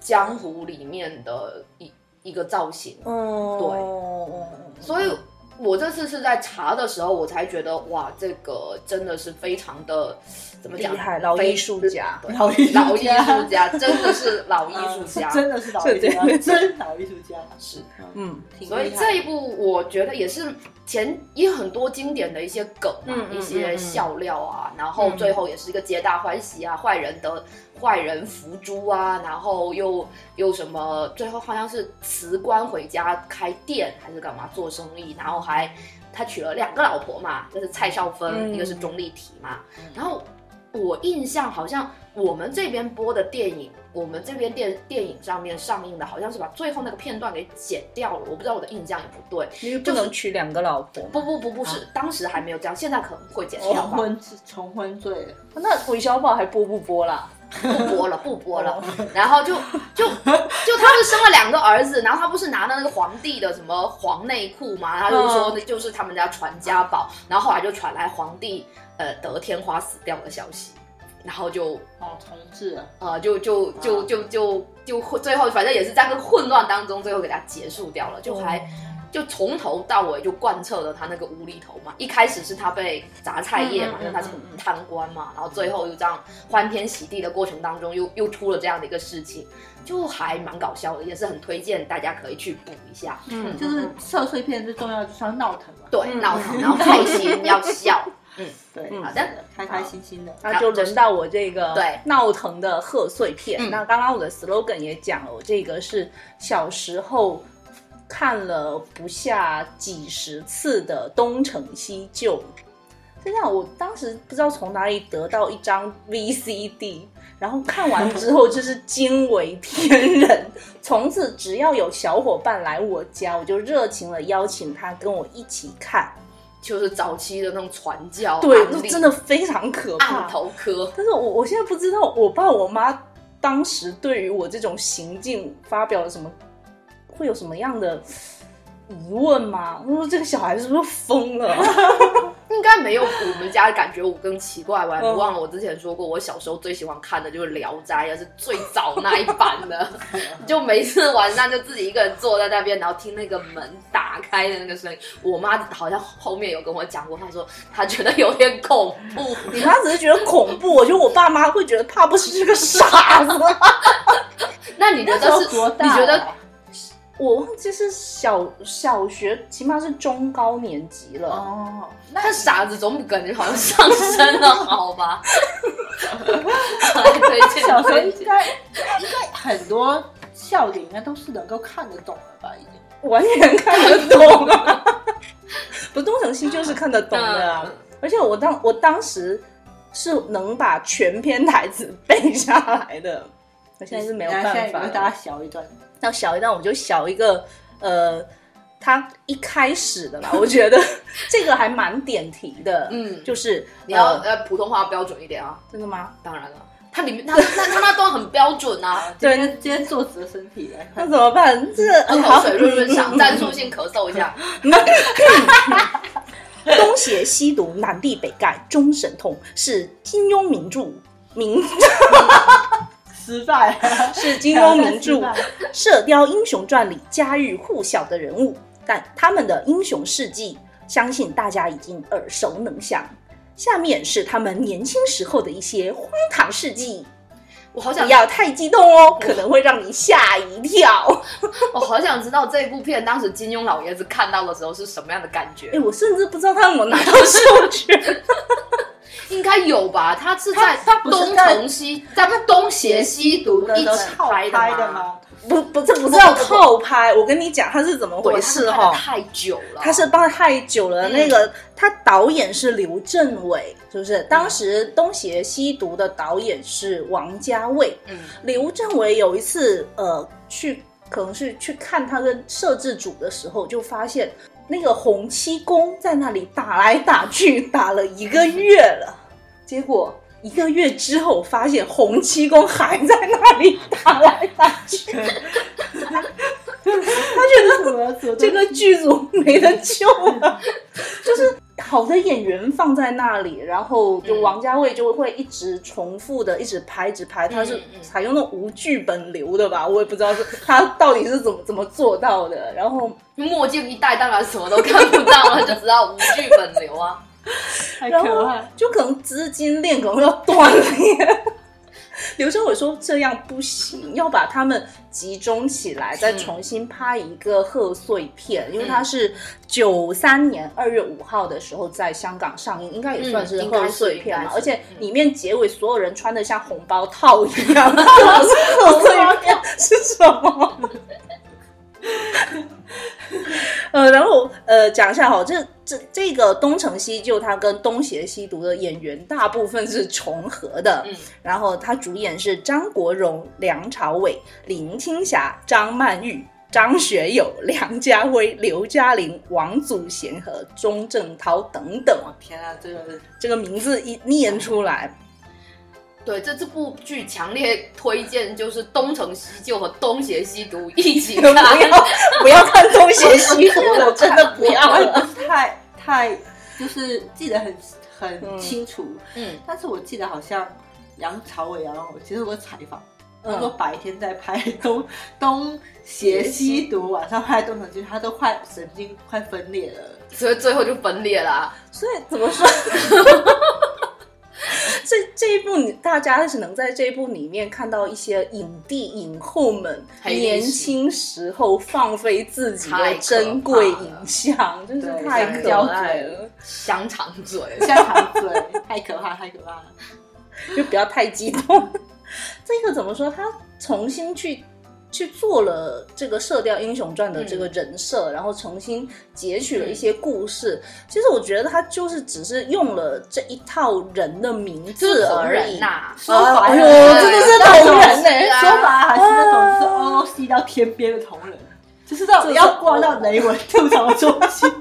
江湖》里面的一一个造型，
哦，
所以我这次是在查的时候，我才觉得哇，这个真真的是非常的怎么
厉
讲，
害，老
非
艺术家。
对
老艺术
老艺术家
家
真的是老艺术
[laughs]
嗯
家，
真的是老艺术家，
对
真老艺术家，
是。
嗯，
挺
所以
厉害
这一部我觉得也是前也很多经典的一些梗啊，
嗯嗯嗯
一些笑料啊，然后最后也是一个皆大欢喜啊，坏人得坏人伏诛啊，然后又又什么，最后好像是辞官回家开店还是干嘛做生意，然后还他娶了两个老婆嘛，就是蔡少芬，
嗯
一个是钟丽缇嘛，然后我印象好像我们这边播的电影，我们这边电电影上面上映的，好像是把最后那个片段给剪掉了。我不知道我的印象也不对。
因为不能娶两个老婆嘛。
不不不不是，当时还没有这样，现在可能会剪掉
重
吧。
婚是重婚罪了，
那韦小宝还播不播啦？
不播了，不播了。然后就就就他们生了两个儿子，然后他不是拿了那个皇帝的什么黄内裤嘛，他就说那就是他们家传家宝。然后后来就传来皇帝呃得天花死掉的消息，然后就
哦，同志啊，
呃，就就就就就就混，最后反正也是在这个混乱当中，最后给它结束掉了，就还。就从头到尾就贯彻了他那个无厘头嘛，一开始是他被砸菜叶嘛，
嗯嗯嗯
因为他是
嗯嗯
贪官嘛，然后最后又这样欢天喜地的过程当中又，又出了这样的一个事情，就还蛮搞笑的，也是很推荐大家可以去补一下。
嗯
就是贺岁片最重要就是要闹腾嘛，
对，
嗯
闹腾，然后
[laughs]
开心，要笑。
对，
嗯
好
好
的
的，
开开心心的，
那就轮到我这个
对
闹腾的贺岁片。
嗯
那刚刚我的 slogan 也讲了，我这个是小时候看了不下几十次的《东成西就》。真的，我当时不知道从哪里得到一张 VCD，然后看完之后就是惊为天人。从此只要有小伙伴来我家，我就热情的邀请他跟我一起看。
就是早期的那种传教，
对，
案例
真的非常可怕
按。头科，
但是我我现在不知道我爸我妈当时对于我这种行径发表了什么，会有什么样的疑问吗？我说这个小孩是不是疯了？
应该没有我们家感觉我更奇怪吧？你
嗯
忘了我之前说过，我小时候最喜欢看的就是《聊斋》，也是最早那一版的。
[laughs]
就每次晚上就自己一个人坐在那边，然后听那个门打开的那个声音。我妈好像后面有跟我讲过，她说她觉得有点恐
[laughs]
怖。
你妈只是觉得恐怖，我觉得我爸妈会觉得怕不是个傻子。
那你觉
那
得
时候
是？
多大
你
啊？
觉得
我忘记是小小学，起码是中高年级了。
哦，那
但傻子总感觉好像上身了，好
[laughs]
吧？ [laughs] 来推荐，
小时候
推
应
荐
该应该很多笑点应该都是能够看得懂的吧？已经
完全看得懂啊！ [laughs] 不，东成西就是看得懂的啊
嗯。
而且我当我当时是能把全篇台词背下来的，我现在是没有
现在
办
你
法
为大
了
家。小一段，，
那小一段我就小一个，呃，他一开始的吧，我觉得 [laughs] 这个还蛮点题的。
嗯
就是
你要
呃
呃普通话标准一点啊。
真的吗？
当然了，它里面它那它那段很标准啊
[laughs] 今天今天坐直了身体来
那
看，
怎么办？这个
喝
好
口水润润嗓，战术性咳嗽一下。
东邪西毒，南帝北丐，中神通是金庸名著，名，
[laughs] 失败了
是金庸名
失
著《
败了
射雕英雄传》里家喻户晓的人物，但他们的英雄事迹，相信大家已经耳熟能详。下面是他们年轻时候的一些荒唐事迹，
我好想
不，要太激动哦，可能会让你吓一跳。
我好想知道这部片当时金庸老爷子看到的时候是什么样的感
[laughs] 哎、
觉，
我甚至不知道他们有拿到授权。
应该有吧？他是在
他他不是
东成西，在东邪西毒 [laughs] 一
的时候
起
套
拍
拍
的吗？
[laughs] 吗？
[laughs] 不不，这不叫套拍。我跟你讲，他是怎么
对，
回
他是
事
拍
哈、
的太久了，
他是帮太久了。
嗯
那个他导演是刘镇伟，是不是？当时东邪西毒的导演是王家卫。
嗯
刘镇伟有一次呃去，可能是去看他跟摄制组的时候，就发现那个洪七公在那里打来打去，打了一个月了，结果。一个月之后，发现洪七公还在那里打来打去，
什么什么
这个剧组没得救了， [laughs] 就是好的演员放在那里，然后就王家卫就会一直重复的一直拍，一直拍，他是
嗯嗯
采用那种无剧本流的吧，我也不知道是他到底是怎么怎么做到的。然后，
墨镜一戴，当然什么都看不到了，就知道无剧本流啊。
太
然
可
后
爱，
就可能资金链可能要断
[laughs]
裂。刘镇伟说这样不行，要把他们集中起来，再重新拍一个贺岁片，因为他是九三年二月五号的时候在香港上映，应该也算是
嗯应该是
贺岁片
应该
嘛。
是
而且里面结尾所有人穿的像红包套一
[laughs]
样， [laughs] 这不是贺岁片是什么？呃，然后呃，讲一下哈，这这这个东成西就，他跟东邪西毒的演员大部分是重合的。
嗯，
然后他主演是张国荣、梁朝伟、林青霞、张曼玉、张学友、梁家辉、刘嘉玲、王祖贤和钟镇涛等等。
我天啊，这个
这个名字一念出来，
对，这这部剧强烈推荐，就是《东成西就》和《东邪西毒》一起
不 [laughs]
看。
要不要看东邪西毒了，真的不要
我也
了。
不是太太就是记得很很清楚，
嗯，
但是我记得好像梁朝伟啊，我接受过采访，他说
嗯，
白天在拍东东邪西毒，晚上拍东成西就，他都快神经快分裂了。
所以最后就分裂了。啊
所以怎么 [laughs] 说？这这一部你大家是能在这一部里面看到一些影帝影后们
黑历史
年轻时候放飞自己的珍贵影像，真是
对
太可爱了，
香肠嘴，
香肠嘴， [laughs] 太可怕，太可怕了！
就不要太激动。 [laughs] 这个怎么说？他重新去去做了这个《射雕英雄传》的这个
嗯
人设，然后重新截取了一些故事。其实我觉得他就是只是用了这一套人的名
就是
字
同
而
人
已。
呐、
说白了，
哎呦
真的是
同人
欸
说白了还是那种是哦西到天边的同人，就是那种要挂
哦
到雷文吐槽中心。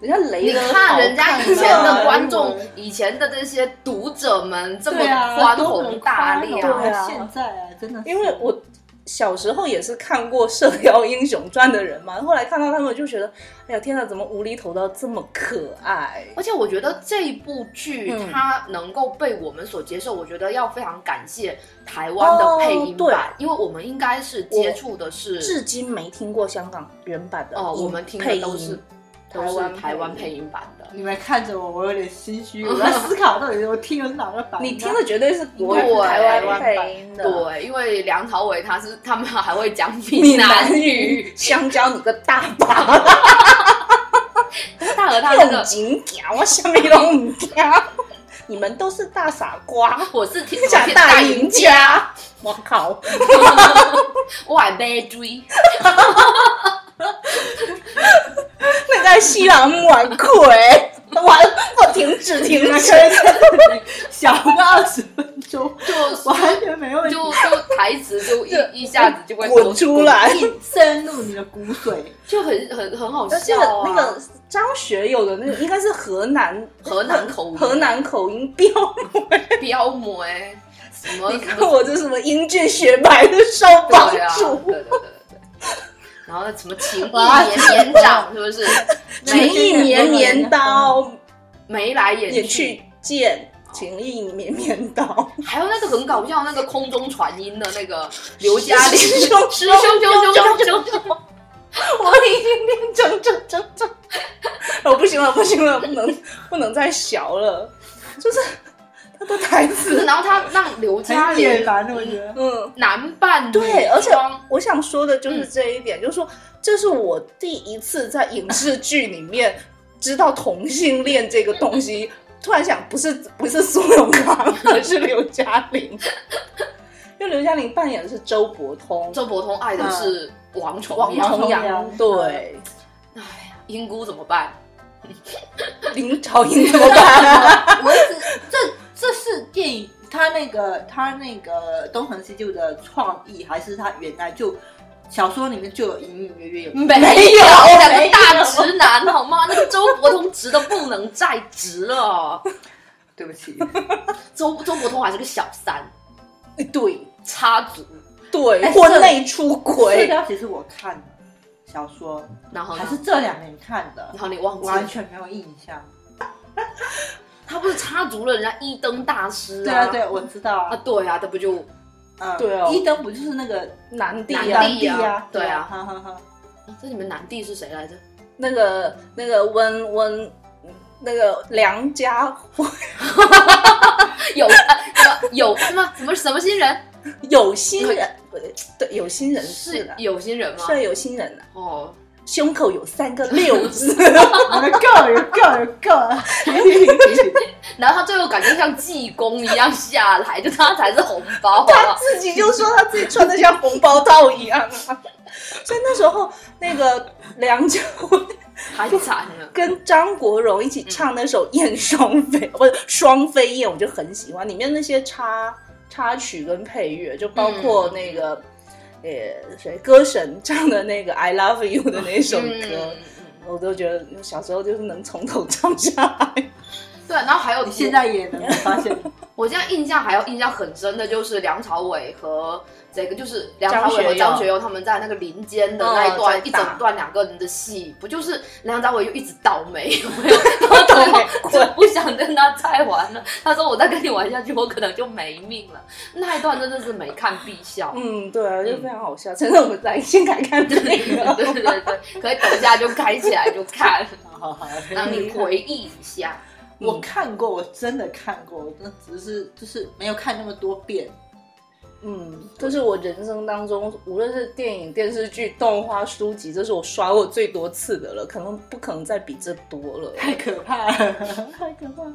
人家雷
你
的
看人家以前的观众
对啊，
以前的这些读者们这么
对啊，
宽
多么
宏大量，
宽
对
宏
啊，现在啊，真的是，
因为我小时候也是看过《射雕英雄传》的人嘛，后来看到他们就觉得，哎呀天哪，怎么无厘头到这么可爱？
而且我觉得这一部剧
嗯
它能够被我们所接受，我觉得要非常感谢台湾的配音版，因为我们应该是接触的是
至今没听过香港原版的
哦，
音
我们听
配
的
音
都是
配
都
音
是台
台
湾
湾
配
配
音版的。
你们看着我，我有点心虚，我在思考到底我听的是哪个版。啊
你听的绝对是国语
对
台湾配音的。
对，因为梁朝伟他是他们还会讲
闽
闽
南
南
语
语，，
香蕉你个大把，
他和他
用
的
紧条，我什么都唔
[laughs]
条，你们都是大傻瓜，
我是天
假
天
大
大
赢
赢
家，我靠！
[laughs] 我还被追。
那在西朗木玩鬼，玩我停止停
你们
止。
可以在这里小个二十分 [laughs] 钟，
就
完全没问题，
就就台词就一一下子就会
滚
多
出来
多
深入你的骨髓。 [laughs]
就很很很好
而且
笑啊！
那个张学友的那个应该是河南
河南口音
河南口音标。
标模哎，什么
你看
什么
我这什么英俊雪白的少帮
对啊，对
主，
对对对对。然后什么情意绵绵掌，是不是？
情
眉
意绵绵刀，
啊眉来
眼
眼去，
去见。情意绵绵刀， [laughs]
还有那个很搞笑那个空中传音的那个刘嘉玲，
师
师
兄 [laughs]
兄师兄师兄师兄，
我已经变成这这这，我哦不行了，不行了，不能不能再小了，就是他的台
[laughs] 不是
词，
然后他让刘嘉
很简
玲
单，我觉得。
嗯，
男扮女
对，而且
装
我想说的就是这一点，就是说这是我第一次在影视剧里面知道同性恋这个东西。突然想，不是不是苏永康，而是刘嘉玲，因为刘嘉玲扮演的是周伯通，
周伯通爱的是王重
王
阳，
重
嗯王重
阳
阳，
对，
英姑怎么办？
[laughs] 林朝英怎么办？ [laughs]
嗯我一直这这是电影他那个他那个东成西就的创意，还是他原来就小说里面就有隐隐约约有？
没有，两个大直
[laughs]
男好吗？那个周伯通直的不能再直了，
对不 [laughs] 起，
周周伯通还是个小三
对
插足，
对，
哎
婚内出
这
轨，
个其实我看了小说，
然后呢
还是这两年看的
然，后你忘记
完
了，
全没有印象。
他不是插足了人家一灯大师
对啊，对，我知道
啊
啊，
对啊，这不就
嗯，
对哦
一灯不就是那个
男帝
男
啊
帝，
地啊？
对啊
哈哈哈。
这你们男帝是谁来着？
那个那个温温那个梁家辉
有啊有有什么什么什么新人？
[laughs]
有心人，不对，对，有心人是
是
的，
有新人吗？
算有心人的，啊
哦，
胸口有三个六字，
我们够了，够了，够了！
然后他最后感觉像济公一样下来，就他才是红包，好不好
自己就说他自己穿的 [laughs] 像红包套一样啊。所以那时候那个梁家辉 [laughs]
太惨了。
跟张国荣一起唱那首《燕双飞》，不是《双飞燕》，我就很喜欢里面那些插插曲跟配乐，就包括那个。呃，谁歌神唱的那个《I Love You》的那首歌，
嗯
我都觉得小时候就是能从头唱下来。
对，然后还有
你现在也能发现，
我现在印象还有印象很深的就是梁朝伟和这个就是梁朝伟和张学友他们在那个林间的那一段、
嗯在
一
打
整段两个人的戏，不就是梁朝伟就一直倒霉，有没有？然后我就不想跟他再玩了。他说我再跟你玩下去，我可能就没命了。那一段真的是没看必笑。
嗯，对啊，就非常好笑。趁着我们来先看看这
对
个，
[laughs] 对对对，可以等一下就开起来就看，
好好好，
让你回忆一下。
我看过，我真的看过，我真的只是就是没有看那么多遍。
[laughs] 嗯，这是我人生当中，无论是电影、电视剧、动画、书籍，这是我刷过最多次的了，可能不可能再比这多了。
太可 [laughs] 怕了，太可怕了。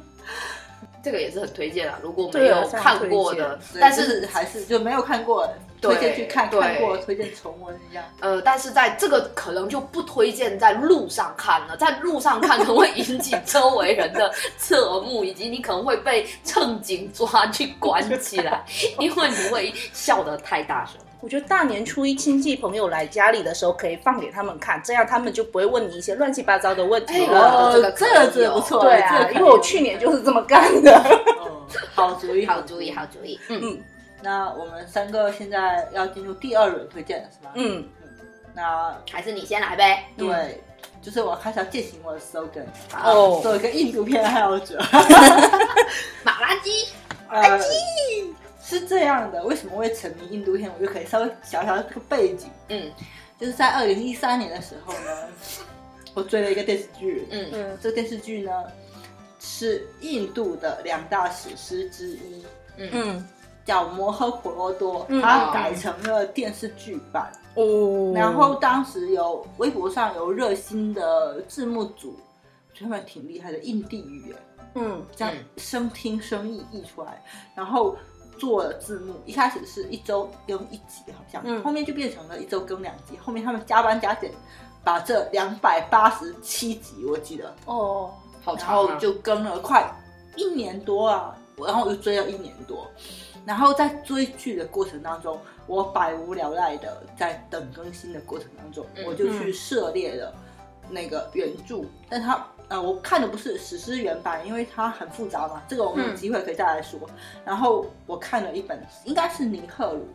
这个也是很推荐啊，如果没
对啊
有看过的，
对
但
就是是还是就没有看过，
对
推荐去看
对
看过，推荐重温一下。
呃，但是在这个可能就不推荐在路上看了，在路上看可能会引起周围人的侧目，以及你可能会被乘警抓去关起来，因为你会笑得太大声。
我觉得大年初一亲戚朋友来家里的时候，可以放给他们看，这样他们就不会问你一些乱七八糟的问题
哎
了。
哦这个可以
这个真的不错，
对
这
啊，
个可以
因为我去年就是这么干的。
哦好主意，
好主意，好。主意。嗯，
那我们三个现在要进入第二轮推荐了，是吗？，
嗯，
那
还是你先来呗。
对，就是我开始要践行我的 slogan，
好
哦，
做一个印度片爱好
[laughs]
者。
马拉基，
哎
呃，是这样的，为什么会沉迷印度片？我就可以稍微小小这个背景，
嗯
就是在二零一三年的时
[laughs]
候呢，我追了一个电视剧，
嗯
嗯
这电视剧呢是印度的两大史诗之一，
嗯，
嗯，
叫《摩诃婆罗多》，
嗯
它改成了电视剧版。
哦，
然后当时有微博上有热心的字幕组，他们挺厉害的，印地语耶
嗯
这样
嗯
生听生译译出来，然后做了字幕。一开始是一周更一集，好像，
嗯
后面就变成了一周更两集。后面他们加班加点，把这两百八十七集我记得，
哦，
好
然
长
后
啊。
就更了快一年多啊，我然后我就追了一年多。然后在追剧的过程当中，我百无聊赖的在等更新的过程当中，
嗯
我就去涉猎了那个原著，但它呃我看的不是史诗原版，因为它很复杂嘛，这个我们有
嗯
机会可以再来说。然后我看了一本，应该是尼赫鲁，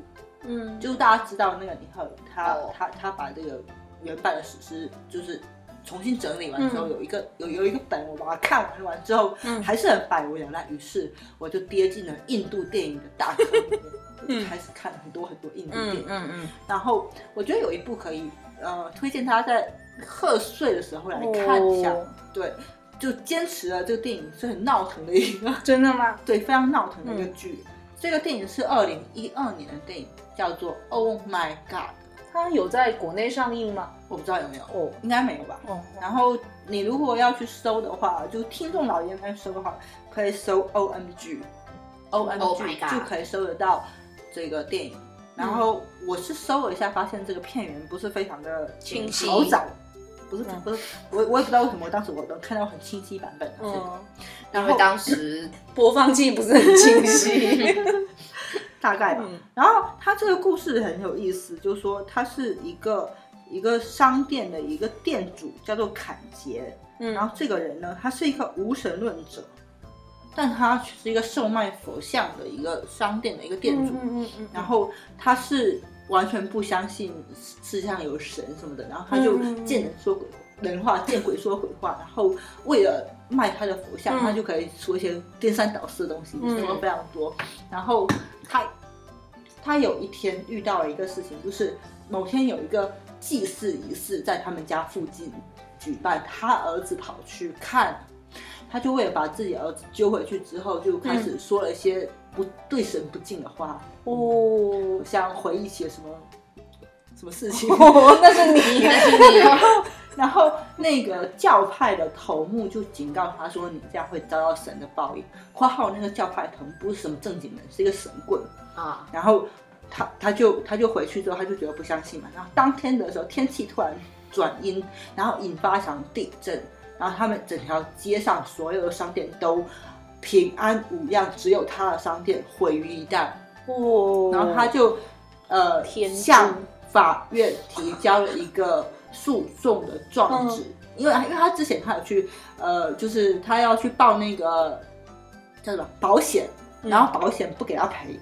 嗯
就是大家知道那个尼赫鲁，他、
哦
他他把这个原版的史诗就是重新整理完之后，
嗯
有一个有有一个本我把它看完完之后，
嗯
还是很百无聊赖，于是我就跌进了印度电影的大坑
[laughs]
里面，我就开始看很多很多印度电
嗯
影。
嗯嗯，
然后我觉得有一部可以呃推荐大家在贺岁的时候来看一下，
哦
对，就坚持了这个电影是很闹腾的一个
真的吗？
对，非常闹腾的一个剧。这个电影是二零一二年的电影，叫做《Oh My God》，
它有在国内上映吗？
我不知道有没有，
哦
应该没有吧。
哦，
然后你如果要去搜的话，就听众老爷们搜的话，可以搜 OMG，OMG
Oh my God
就可以搜得到这个电影。然后我是搜了一下，发现这个片源不是非常的
清晰
好找，不是
嗯
不是，我我也不知道为什么，当时我能看到很清晰版本。嗯，
嗯，
然
因
后
为当 [laughs] 时
播放器不是很清晰。
大概吧。
嗯
然后他这个故事很有意思，就是说他是一个一个商店的一个店主，叫做坎杰。
嗯
然后这个人呢，他是一个无神论者，但他却是一个售卖佛像的一个商店的一个店主。
嗯嗯
然后他是完全不相信世界上有神什么的，然后他就
嗯
见人说鬼人话，见鬼说鬼话，然后为了卖他的佛
嗯
像，他就可以说一些颠三倒四的东西，
嗯
说了非常多。然后他他有一天遇到了一个事情，就是某天有一个祭祀仪式在他们家附近举办，他儿子跑去看。他就为了把自己儿子揪回去之后，就开
嗯
始说了一些不对神不敬的话，
哦
我，想回忆起了什么什么事情。
那是你
但是 [laughs] 你
[laughs] 然后那个教派的头目就警告他说：“你这样会遭到神的报应。”（括号那个教派头目不是什么正经人，是一个神棍。
啊，）
然后他他就他就回去之后，他就觉得不相信嘛。然后当天的时候，天气突然转阴，然后引发一场地震，然后他们整条街上所有的商店都平安无恙，只有他的商店毁于一旦。
哦，
然后他就呃
天助
向法院提交了一个诉讼的
嗯
状纸，因为因为他之前他有去呃，就是他要去报那个叫什么保险，
嗯
然后保险不给他赔，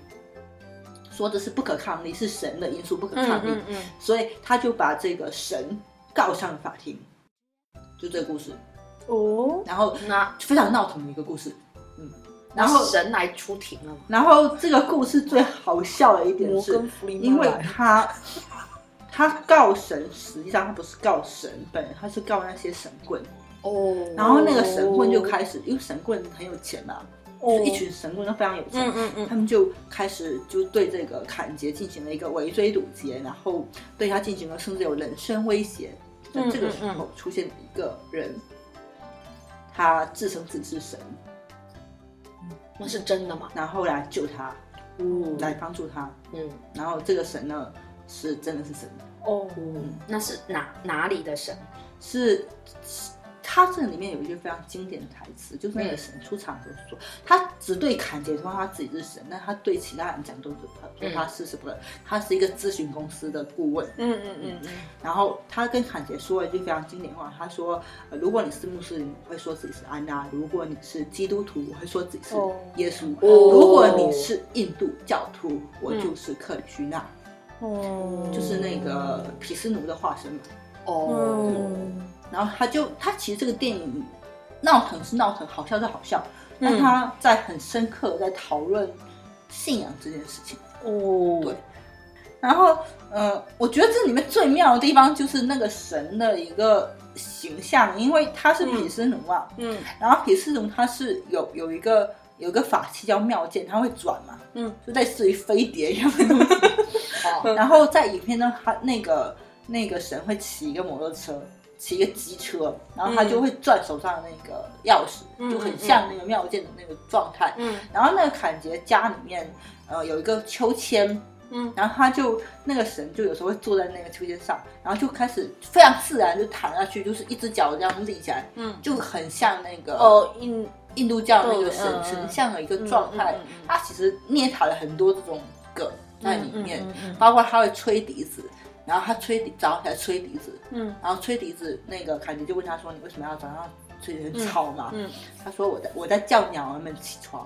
说的是不可抗力，是神的因素不可
嗯
抗力，
嗯嗯，
所以他就把这个神告上法庭，就这个故事，
哦，
然后
那
非常闹腾的一个故事，嗯，然
然
后
后神来出庭了嘛？
然后这个故事最好笑的一点
摩
是
根，弗里曼
因为
来
他他告神，实际上他不是告神本人，他是告那些神棍。
哦
然后那个神棍就开始，因为神棍很有钱嘛，
哦
就是一群神棍都非常有钱
嗯，嗯嗯
他们就开始就对这个坎杰进行了一个围追堵截，然后对他进行了甚至有人身威胁。
嗯
这个时候出现一个人，他自称自己是神，
那是真的吗？
然后来救他，
嗯
来帮助他。
嗯
然后这个神呢，是真的是神，
哦，
嗯，那是哪哪里的神？
是是他这里面有一句非常经典的台词，就是那个神出场的时候说，他只对坎杰说他自己是神，但他对其他人讲都是他说他是什么，他是一个咨询公司的顾问。
嗯嗯嗯嗯，
然后他跟坎杰说了一句非常经典的话，他说、呃如果你是穆斯林，我会说自己是安拉；如果你是基督徒，我会说自己是
哦
耶稣；
哦
如果你是印度教徒，我就是克里希那，
哦，
嗯就是那个毗湿奴的化身嘛。
哦，
嗯，
然后他就他其实这个电影闹腾是闹腾，好笑是好笑，但
嗯
他在很深刻地在讨论信仰这件事情。
哦，
对然后，呃，我觉得这里面最妙的地方就是那个神的一个形象，因为他是毗湿奴啊，
嗯
然后毗湿奴他是有有一个有一个法器叫妙剑，它会转嘛，
嗯，
就类似于飞碟一样
[laughs]
的东西。
哦，
[laughs] 然后在影片中，他那个那个神会骑一个摩托车，骑一个机车，然后他就会转手上的那个钥匙，
嗯
就很像那个妙剑的那个状态。
嗯
然后那个坎杰家里面，呃，有一个秋千，
嗯，
然后他就那个神就有时候会坐在那个秋千上，然后就开始非常自然就躺下去，就是一只脚这样立起来，
嗯，
就很像那个
哦，印
印度教那个
对
神
嗯
神
嗯
像的一个状态。
嗯嗯嗯嗯
他其实捏塔了很多这种梗在里面，
嗯嗯嗯嗯
包括他会吹笛子，然后他吹笛早上起来吹笛子，
嗯
然后吹笛子那个凯迪就问他说：“你为什么要早上吹笛子？
嗯
很吵嘛？”
嗯
他说：“我在我在叫鸟儿们起床。”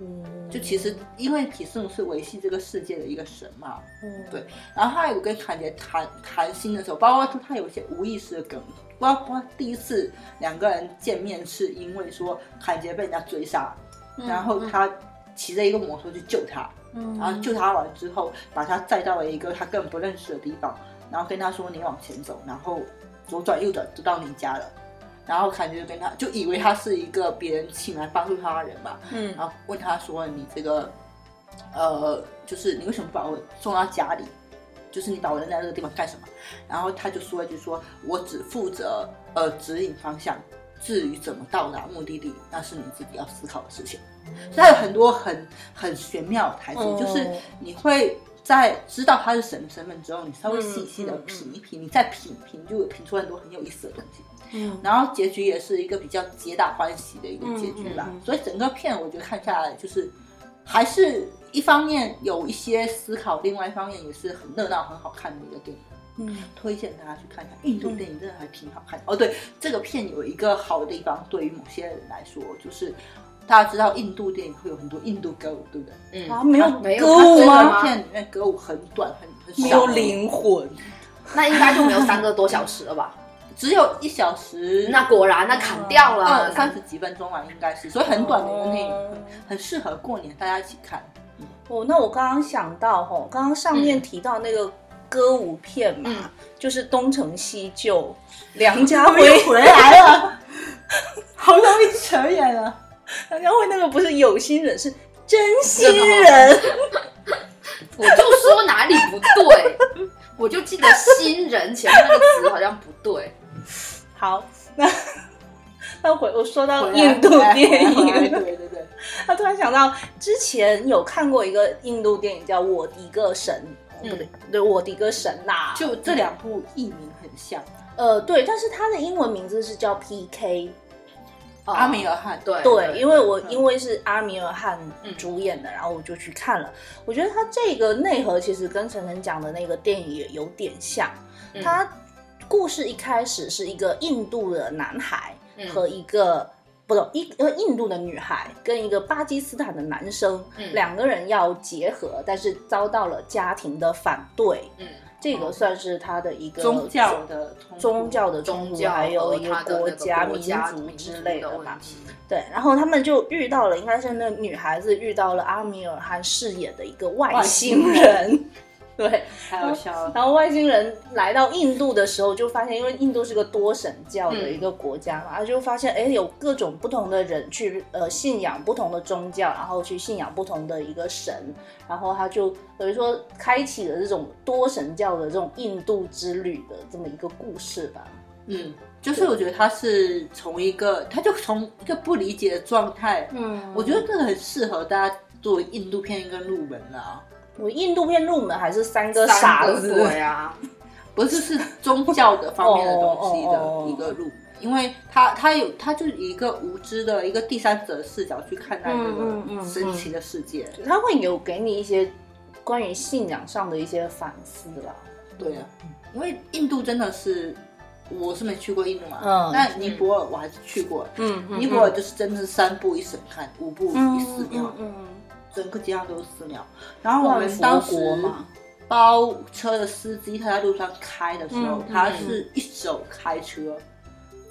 嗯，
就其实因为皮斯奴是维系这个世界的一个神嘛，
嗯
对然后他有跟坎杰谈谈心的时候，包括说他有一些无意识的梗，包括第一次两个人见面是因为说坎杰被人家追杀，然后他骑着一个摩托去救他，
嗯
然后救他完之后，把他载到了一个他根本不认识的地方，然后跟他说你往前走，然后左转右转就到你家了。然后坎杰就跟他就以为他是一个别人请来帮助他的人嘛，
嗯
然后问他说：“你这个，呃，就是你为什么把我送到家里？就是你把我扔在这个地方干什么？”然后他就说一句说：“我只负责呃指引方向，至于怎么到达目的地，那是你自己要思考的事情。”所以他有很多很很玄妙的台词，
哦
就是你会。在知道他是神的身份之后，你稍微
嗯
细细的
嗯嗯
品一品，你再品一品，就会品出很多很有意思的东西。
嗯
然后结局也是一个比较皆大欢喜的一个结局吧。
嗯嗯嗯
所以整个片我觉得看下来，就是还是一方面有一些思考，另外一方面也是很热闹、很好看的一个电影。
嗯
推荐大家去看看，印度电影真的还挺好看的。哦，对，这个片有一个好的地方，对于某些人来说，就是大家知道印度电影会有很多印度歌舞，对不对？
嗯
啊，没有
没有
歌舞
这
真的
吗？
个片里面歌舞很短，很很少，
没有灵魂，
那应该就没有三个多小时
[laughs]
了吧？
只有一小时。
那果然，那砍掉
二
了。
三十几分钟吧，应该是，所以很短的一个电影，
哦
很适合过年大家一起看。
哦，那我刚刚想到吼，刚刚上
嗯
面提到那个歌舞片嘛，
嗯
就是东成西就，梁家辉，
回来了，好容易扯远了。
[laughs] 梁家辉那个不是有心人，是真心人，
我就说哪里不对，
[laughs]
我就记得“新人”前面那个词好像不对。
[laughs] 好，那那回我说到
回来
印度
回来
电
回来回来
[laughs] 影，
对对对，
他突然想到之前有看过一个印度电影叫《我的一个神》，对不对？对，我的个神呐、
嗯就这两部译名很像，
呃，对，但是它的英文名字是叫 PK，
哦
阿米尔汗。
对
对，因为我
嗯
因为是阿米尔汗
嗯
主演的，然后我就去看了。我觉得他这个内核其实跟晨晨讲的那个电影也有点像，
嗯
他故事一开始是一个印度的男孩
嗯
和一个。不懂，一个印度的女孩跟一个巴基斯坦的男生，
嗯
两个人要结合，但是遭到了家庭的反对，
嗯
这个算是他的一个
宗教的冲突
宗教的冲
宗
突，
教
还有
和
一
他的
国
那
家、
个国
民
家
族
民
之类
的
的
问
吧。
题。
对，然后他们就遇到了，应该是那女孩子遇到了阿米尔汗饰演的一个外
外
星
星
人。对，
太好笑了。
然后外星人来到印度的时候，就发现，因为印度是个多神教的一个国家嘛，他就发现，哎，有各种不同的人去呃信仰不同的宗教，然后去信仰不同的一个神，然后他就呃等于说开启了这种多神教的这种印度之旅的这么一个故事吧。
嗯，就是我觉得他是从一个，他就从一个不理解的状态，
嗯
我觉得这个很适合大家作为印度片一个入门啦。
我印度片入门还是三个
三
傻
个
子，
对啊，
不是是宗教的方面的东
[laughs]
西
哦哦哦
的一个入门，因为他他有他就是一个无知的一个第三者视角去看待这
嗯嗯嗯
个
嗯
神奇的世界。
他会有给你一些关于信仰上的一些反思吧。
对啊，因为印度真的是，我是没去过印度嘛，
嗯
但尼泊尔我还是去过。
嗯
尼泊尔就是真的是三步一神看，五步一寺庙，
嗯
整个街上都是寺庙。然
嗯，
后我
万
们
佛
当时
国嘛，
包车的司机他在路上开的时候，
嗯
他是一手开车，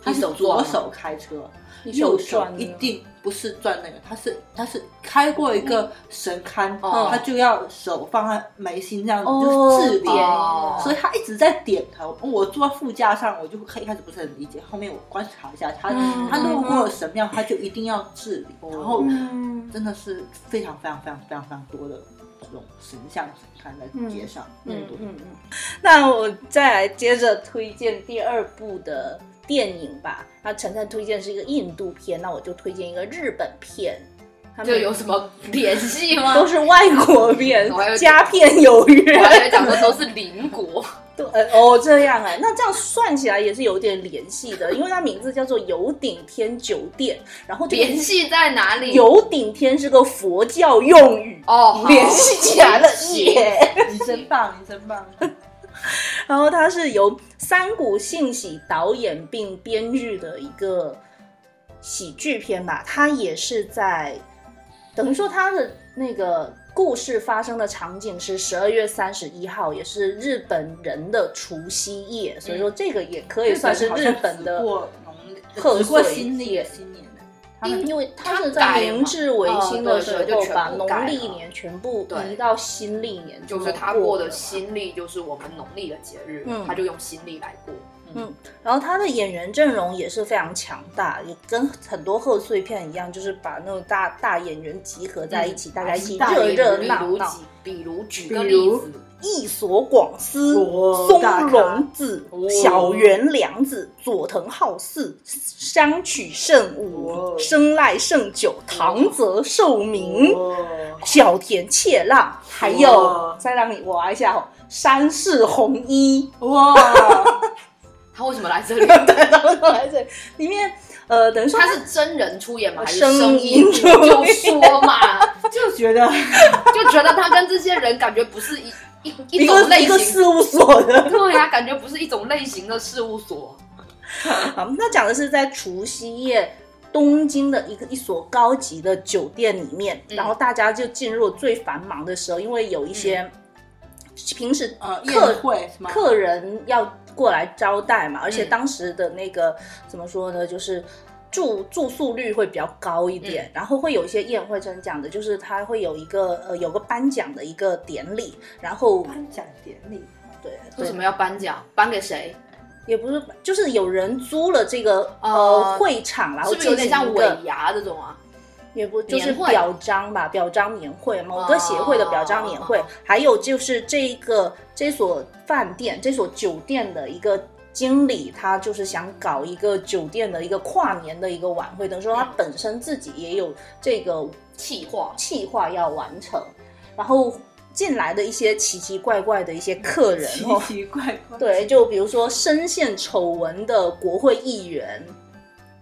他
一
是
手做吗
左手开车，
一手
右
转
手
的
一定不是转那个，他是他是开过一个神龛，
哦
他就要手放在眉心这样，
哦
就是自
点
点。
哦
所以他一直在点头，我坐在副驾上，我就一开始不是很理解，后面我观察一下他，
嗯哦
他路过神庙，他就一定要治理，然后
嗯
真的是非常非常非常非常非常多的这种神像神龛在街上，
嗯
嗯，
嗯嗯。那我再来接着推荐第二部的电影吧。那晨晨推荐是一个印度片，那我就推荐一个日本片。他们
就有什么联系吗？
都是外国片
[laughs] 我还以，为
佳片有
我
约。
还以为讲的都是邻国，
对，呃哦，这样哎、那这样算起来也是有点联系的，因为它名字叫做有顶天酒店，然后这个
联系在哪里？
有顶天是个佛教用语，
哦，好
联系起来了耶。
你真 [laughs] 棒，你真棒。
然后它是由三谷幸喜导演并编剧的一个喜剧片吧，它也是在等于说它的那个故事发生的场景是十二月三十一号，也是日本人的除夕夜，所以
嗯
说这个也可以算是日本的
日好像
贺
只过农历，只过
岁
新历
节
新年的，他们
因为它
它
是在
改
明
嘛
治维
哦
新
对
的
对
时
就
候，
全
把
部
农
改
历
了
年全部
对
移到新历年这
就
么
是
了嘛，
他过的新历，就是我们农历的节日，
嗯
他就用新历来过。
然后他的演员阵容也是非常强大，也跟很多贺岁片一样，就是把那种大大演员集合在一起，大家一起
嗯大
热
演
热
比
闹
如
闹
举，，比如举
比
个例
如
子，
一所广司、
哦
松
大咖
隆子、小原良子、佐藤浩市、山曲慎吾、
哦
生濑胜久、唐泽寿明。
哦
小田切让，还有
哇
再让你挖一下哦，山市红衣， [laughs]
[laughs] 哇，
他为什么来这里？
对，然后都来这里里面，呃，等于说
他是真人出演吗？还是
声
声
音
音？
出
就
演
说嘛，
就觉得
就觉得他跟这些人感觉不是一一
一
一
个
种类
一个
型。
事务所的。
对呀、感觉不是一种类型的事务所。
[laughs] 好，那讲的是在除夕夜。东京的一个一所高级的酒店里面，
嗯
然后大家就进入最繁忙的时候，因为有一些平时
呃
客
宴会是吗？
客人要过来招待嘛，而且
嗯
当时的那个、怎么说呢，就是住住宿率会比较高一点，然后会有一些宴会，真讲的就是它会有一个呃有个颁奖的一个典礼，然后
颁奖典礼，
对
为
对
什么要颁奖？颁给谁？
也不是就是有人租了这个呃
呃
会场，然后
是不是有点
进行
像
一
尾
个
牙这种啊？
也不就是
年会
表彰吧，表彰年会，某个协会的表彰年会，
哦
还有就是这一个这所饭店、这所酒店的一个经理，他就是想搞一个酒店的一个跨年的一个晚会，等于说他
嗯
本身自己也有这个
气话。
计划要完成，然后进来的一些奇奇怪怪的一些客
[laughs]
人
奇
哦，
奇怪怪。
对，就比如说深陷丑闻的国会议员，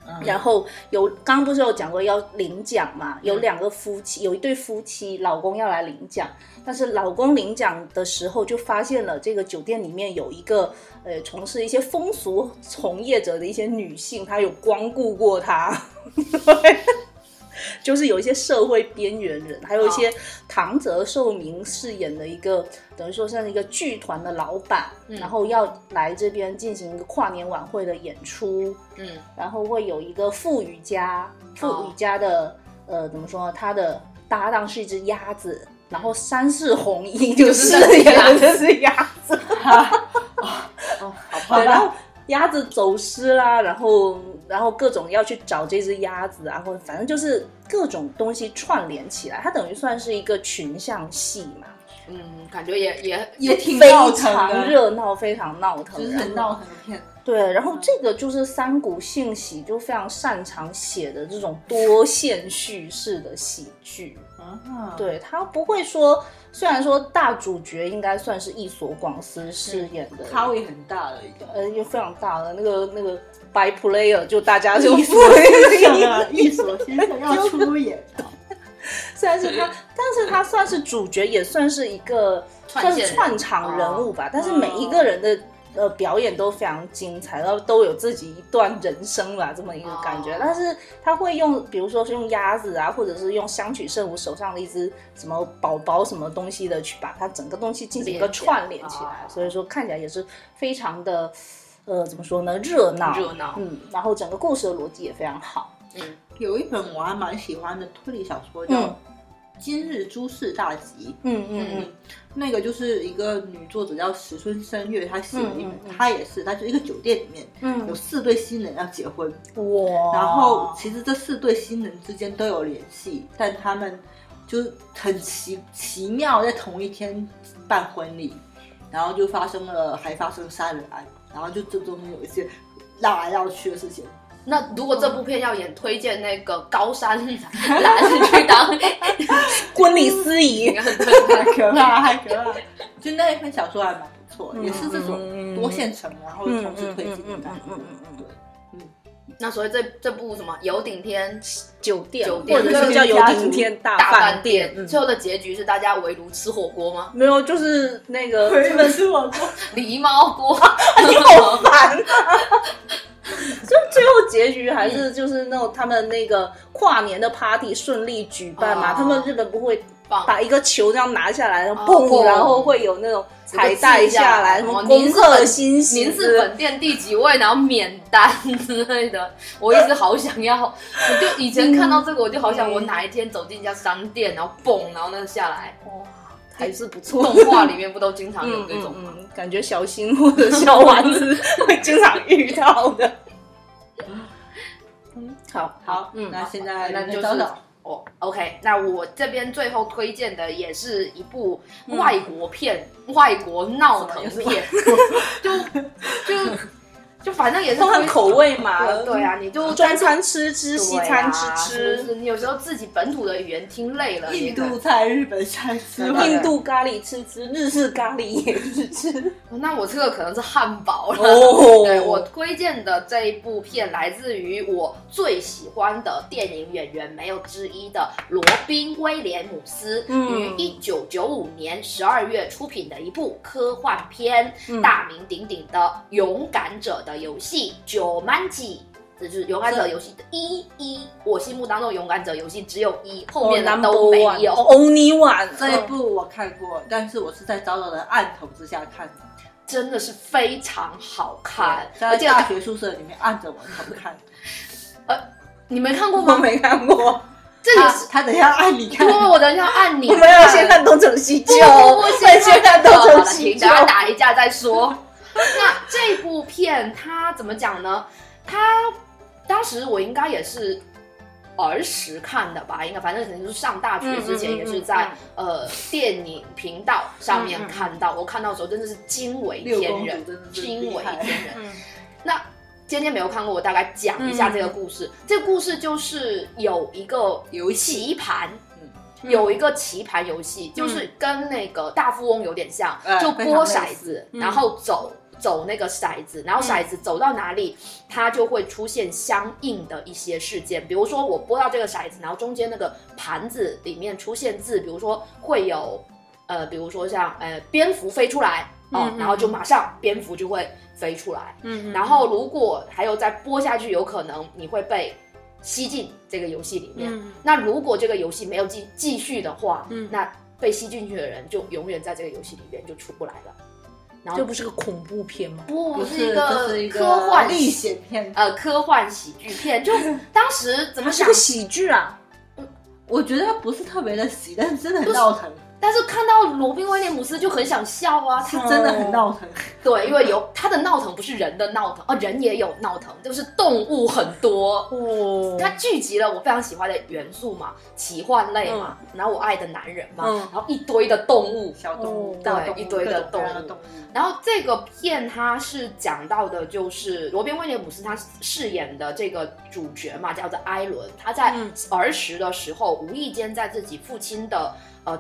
嗯，
然后有刚刚不是有讲过要领奖嘛？有两个夫妻，有一对夫妻，老公要来领奖，但是老公领奖的时候就发现了这个酒店里面有一个呃从事一些风俗从业者的一些女性，她有光顾过他，对， [laughs] 就是有一些社会边缘人，还有一些唐泽寿明饰演的一个等于说像一个剧团的老板，然后要来这边进行一个跨年晚会的演出。
嗯，
然后会有一个富瑜家，富
哦
瑜家的、呃怎么说呢？他的搭档是一只鸭子，然后山世红
[laughs]
衣就
就是
是
那只鸭
也
子
就是鸭子，
哦，好吧，
好
对，然
吧
后，鸭子走失啦，然后然后各种要去找这只鸭子啊，或者反正就是各种东西串联起来，它等于算是一个群像戏嘛，
嗯，感觉也也
也挺
非
闹腾
常
的，
热闹，非常闹腾，
就是
然后
很闹腾的片子。
对，然后这个就是三谷幸喜就非常擅长写的这种多线叙事的喜剧。
啊，
嗯对他不会说，虽然说大主角应该算是一所广司饰演的，
咖位很大了已经。
呃，又非常大的那个那个 by player，就大家就
啊，一所先生要出演，
虽然是他，但是他算是主角，也算是一个
串
算
线
是
人哦
串场人物吧。但是每一个人的呃表演都非常精彩，然后都有自己一段人生吧，这么一个感觉。
哦
但是他会用，比如说是用鸭子啊，或者是用香取慎吾手上的一只什么宝宝什么东西的，去把它整个东西进行一个
连接
串联起来。
哦
所以说看起来也是非常的。呃，怎么说呢？热闹，
热闹
嗯，然后整个故事的逻辑也非常好，
嗯
有一本我还蛮喜欢的推理小说叫《今日诸事大吉》，
嗯嗯嗯，
那个就是一个女作者叫石村深月，她写了一本
嗯嗯，嗯
她也是，她就一个酒店里面
嗯
有四对新人要结婚，
哇，
然后其实这四对新人之间都有联系，但他们就是很奇奇妙，在同一天办婚礼，然后就发生了，还发生杀人案，然后就这中间有一些绕来绕去的事情。
那如果这部片要演，推荐那个
[laughs]
高山蓝去当，
婚礼司仪，
太可怕，太可怕！就那一篇小说还蛮不错的，也是这种多线程，然后同时推进的。
嗯嗯嗯
对，
那所以这这部什么有顶天
酒店，
酒
或
店
者是叫游顶天大
大
饭
饭
店
店，，
嗯
最后的结局是大家围炉吃火锅吗？
没有，就是那 [laughs] 个
对，
这个
是我说，
狸猫锅，
好烦啊！ [laughs] 就最后结局还是就是那种他们那个跨年的 party 顺利举办嘛，
哦
他们日本不会
棒
把一个球这样拿下来，然后砰，
哦砰
然后会有那种彩带下来，什
有
么
个字
恭
样
贺新喜
您
之
是
类的
本店第几位，然后免单之类的，我一直好想要，我就以前看到这个，我就好
嗯
想我哪一天走进一家商店，然后蹦，然后那下来，
哇，还是不错。
动画里面不都经常有这种吗？
嗯嗯，感觉小新或者小丸子会经常遇到 [laughs] 的。嗯，好，
好，
嗯
那现在
那就是
找找
哦、o k 那我这边最后推荐的也是一部
嗯
外国片，外国闹腾
什么
片，就就就反正也是
都
推
很口味嘛，
对对啊，你就
中餐吃吃，
对
西
啊
餐吃
是不
吃，
是你有时候自己本土的语言听累了，
印
也可
度菜、日本菜、吃
对啊
印度咖喱吃吃，日式咖喱也是吃。
哦那我这个可能是汉堡了。
哦
[laughs] 对我推荐的这一部片来自于我最喜欢的电影演员没有之一的罗宾威廉姆斯，于
嗯
一九九五年十二月出品的一部科幻片，
嗯
大名鼎鼎的《勇敢者的游戏》九曼吉。这就是《勇敢者游戏》的一一，我心目当中《勇敢者游戏》只有一，
嗯
后面的都没有。
，Only 哦 One，哦
这一部我看过，但是我是在早早的暗头之下看的，
真的是非常好看，
在
而且
大学宿舍里面按着我的头看。
你没看过
我
吗？
没看过，
这也是
他他等一下按你
因
看，
为我等一下按你
我
看，
们要先看东成西就，
不不不，
对先看东
好了
成西
停，
就
等。下打一架再说。 [laughs] 那这部片它怎么讲呢？它当时我应该也是儿时看的吧，应该反正可能是上大学之
嗯
前，
嗯嗯
也是在、呃电影频道上面看到。我看到的时候真的是惊为
六
天
公主
人，
真的是
惊
厉
为
害。
天人。
嗯
那今天没有看过，我大概
嗯
讲一下这个故事。这个故事就是有一个
游戏
棋盘
嗯，
有一个棋盘游戏，就是跟那个大富翁有点像，
嗯
就
非常
拨
类
骰
似
子，
嗯
然后走。走那个骰子，然后骰子走到哪里，它就会出现相应的一些事件。比如说，我拨到这个骰子，然后中间那个盘子里面出现字，比如说会有，呃，比如说像呃蝙蝠飞出来哦，
嗯嗯
然后就马上蝙蝠就会飞出来。
嗯
然后如果还有再播下去，有可能你会被吸进这个游戏里面。
嗯
那如果这个游戏没有继继续的话，
嗯
那被吸进去的人就永远在这个游戏里面就出不来了。然后
这不是个恐怖片吗？
不
不
是
是
一
这是
个
一个
科幻
历险片，
呃科幻喜剧片，就当时怎
它
么
是
想
个？喜剧啊，
我觉得不是特别的喜，但是真的很闹腾，
但是看到罗宾威廉姆斯就很想笑
[laughs]
啊，他
它真的很闹腾。
对，因为有他的闹腾不是人的闹腾，哦，人也有闹腾，就是动物很多，
哦
它聚集了我非常喜欢的元素嘛，奇幻类嘛，
嗯
然后我爱的男人嘛，
嗯
然后一堆的动物。
小动物
哦，
大动物
对一堆的
各种各样
动
动
物
物，
然后这个片它是讲到的，就是罗宾威廉姆斯他饰演的这个主角嘛，叫做艾伦。他在
嗯
儿时的时候，无意间在自己父亲的呃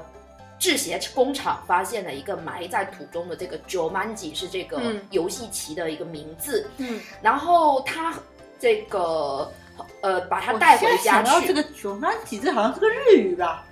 制鞋工厂发现了一个埋在土中的这个 Jumanji，是这个
嗯
游戏棋的一个名字。
嗯
然后他这个呃把他带回
我现在
家
想
去。
到这个九班体字好像是个日语吧，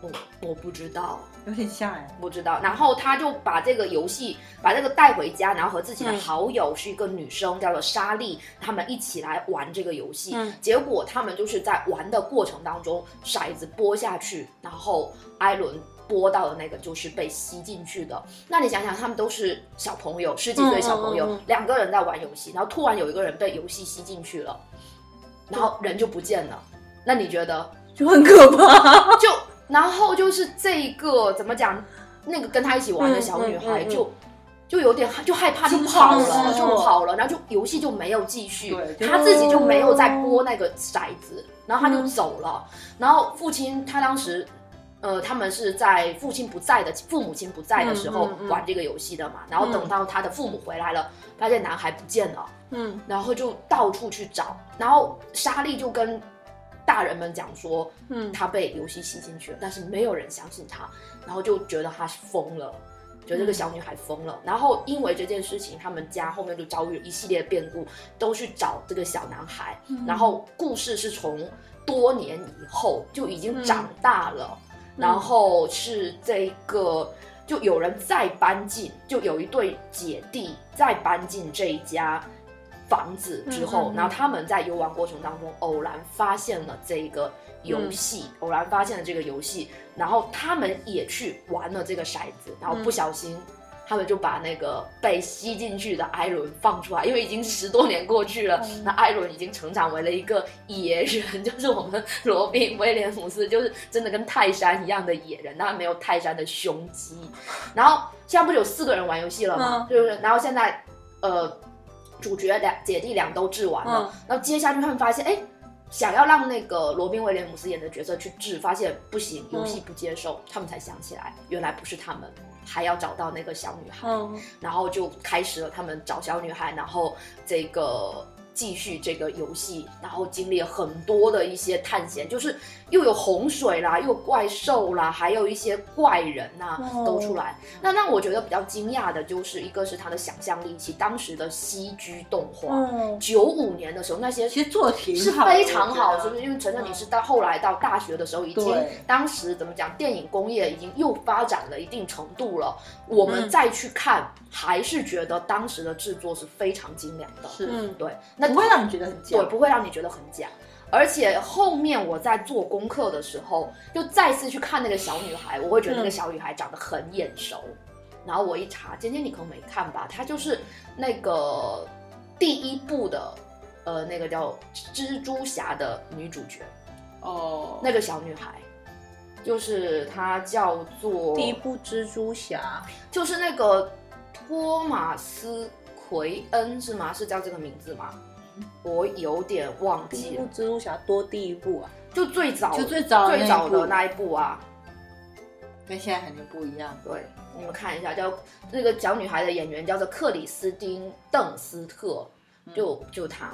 我我不知道，
有点像哎。
不知道。然后他就把这个游戏，把这个带回家，然后和自己的
嗯
好友是一个女生，叫做莎莉，他们一起来玩这个游戏。
嗯
结果他们就是在玩的过程当中，骰子拨下去，然后艾伦。拨到的那个就是被吸进去的。那你想想，他们都是小朋友，十几岁小朋友，
嗯嗯嗯嗯
两个人在玩游戏，然后突然有一个人被游戏吸进去了，然后人就不见了。那你觉得
就很可怕。
就然后就是这一个怎么讲，那个跟他一起玩的小女
嗯
孩
嗯嗯嗯
就。就有点就害怕，就跑
惊慌
了，
失
就
措
跑了，然后就游戏就没有继续
对，就
他自己就没有再拨那个骰子，然后他
嗯
就走了。然后父亲他当时，呃，他们是在父亲不在的、父母亲不在的时候
嗯嗯嗯
玩这个游戏的嘛。然后等到他的父母回来了，发现男孩不见了，
嗯
然后就到处去找。然后莎莉就跟大人们讲说，
嗯，
他被游戏吸进去了，但是没有人相信他，然后就觉得他是疯了，觉得这个小女孩疯了。然后因为这件事情，他们家后面就遭遇了一系列变故，都去找这个小男孩。
嗯
然后故事是从多年以后就已经长大了，
嗯
然后是这个。就有人再搬进，就有一对姐弟再搬进这一家房子之
嗯
后，
嗯嗯
然后他们在游玩过程当中偶然发现了这个游戏，
嗯
偶然发现了这个游戏，然后他们也去玩了这个骰子，然后不小心。他们就把那个被吸进去的艾伦放出来，因为已经十多年过去了，那艾伦已经成长为了一个野人， [laughs] 就是我们罗宾威廉姆斯，就是真的跟泰山一样的野人，但他没有泰山的胸肌。然后现在不是有四个人玩游戏了吗？就是然后现在呃，主角两姐弟俩都治完
嗯
了，然后接下去他们发现，哎，想要让那个罗宾威廉姆斯演的角色去治，发现不行，游戏不接受，他们才想起来，原来不是他们，还要找到那个小女孩，
嗯
然后就开始了他们找小女孩，然后这个。继续这个游戏，然后经历了很多的一些探险，就是又有洪水啦，又有怪兽啦，还有一些怪人呐、
哦
都出来。那让我觉得比较惊讶的就是，一个是他的想象力，其实当时的 CG 动画，
哦，
九五年的时候，那些
其实做的挺
是
好的
非常好，
我觉
是
得
不是？因为陈正你是到后来到大学的时候，已经
嗯对
当时怎么讲，电影工业已经又发展了一定程度了。我
嗯
们再去看，还是觉得当时的制作是非常精良的。
是
嗯
对，那
不会让你觉得很假
对，。不会让你觉得很假。而且后面我在做功课的时候，就再次去看那个小女孩，我会觉得那个
嗯
小女孩长得很眼熟。然后我一查，尖尖你可能没看吧？她就是那个第一部的，呃，那个叫蜘蛛侠的女主角，
哦，
那个小女孩，就是她叫做
第一部蜘蛛侠，
就是那个托马斯奎恩是吗？是叫这个名字吗？
嗯
我有点忘
第一
记
部
了。
蜘蛛侠多第一部啊，
就最早
就最早的
最早的
那
那一部啊，
跟现在肯定不一样。
对，你们看一下，叫那个小
嗯
女孩的演员叫做克里斯汀·邓斯特，就就她，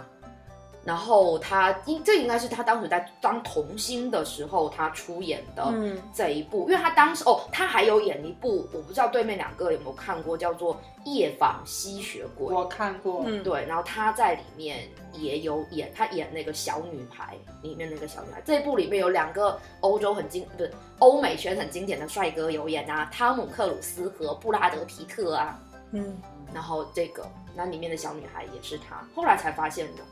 然后他应这应该是他当时在当童星的时候他出演的
嗯
这一部，因为他当时哦，他还有演一部我不知道对面两个有没有看过，叫做《夜访吸血鬼》。
我看过，
嗯，
对，然后她在里面也有演，她演那个小女孩里面那个小女孩。这一部里面有两个欧洲很经不是欧美圈很经典的帅哥有演啊，汤姆克鲁斯和布拉德皮特啊。
嗯
然后这个那里面的小女孩也是她，后来才发现的。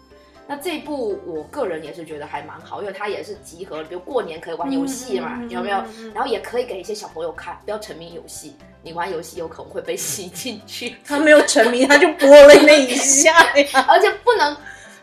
那这一部我个人也是觉得还蛮好，因为它也是集合，比如过年可以玩游戏嘛，
嗯嗯嗯
有没有
嗯嗯？
然后也可以给一些小朋友看，不要沉迷游戏，你玩游戏有可能会被吸进去。
他没有沉迷，他就播了那一下呀。
而且不能，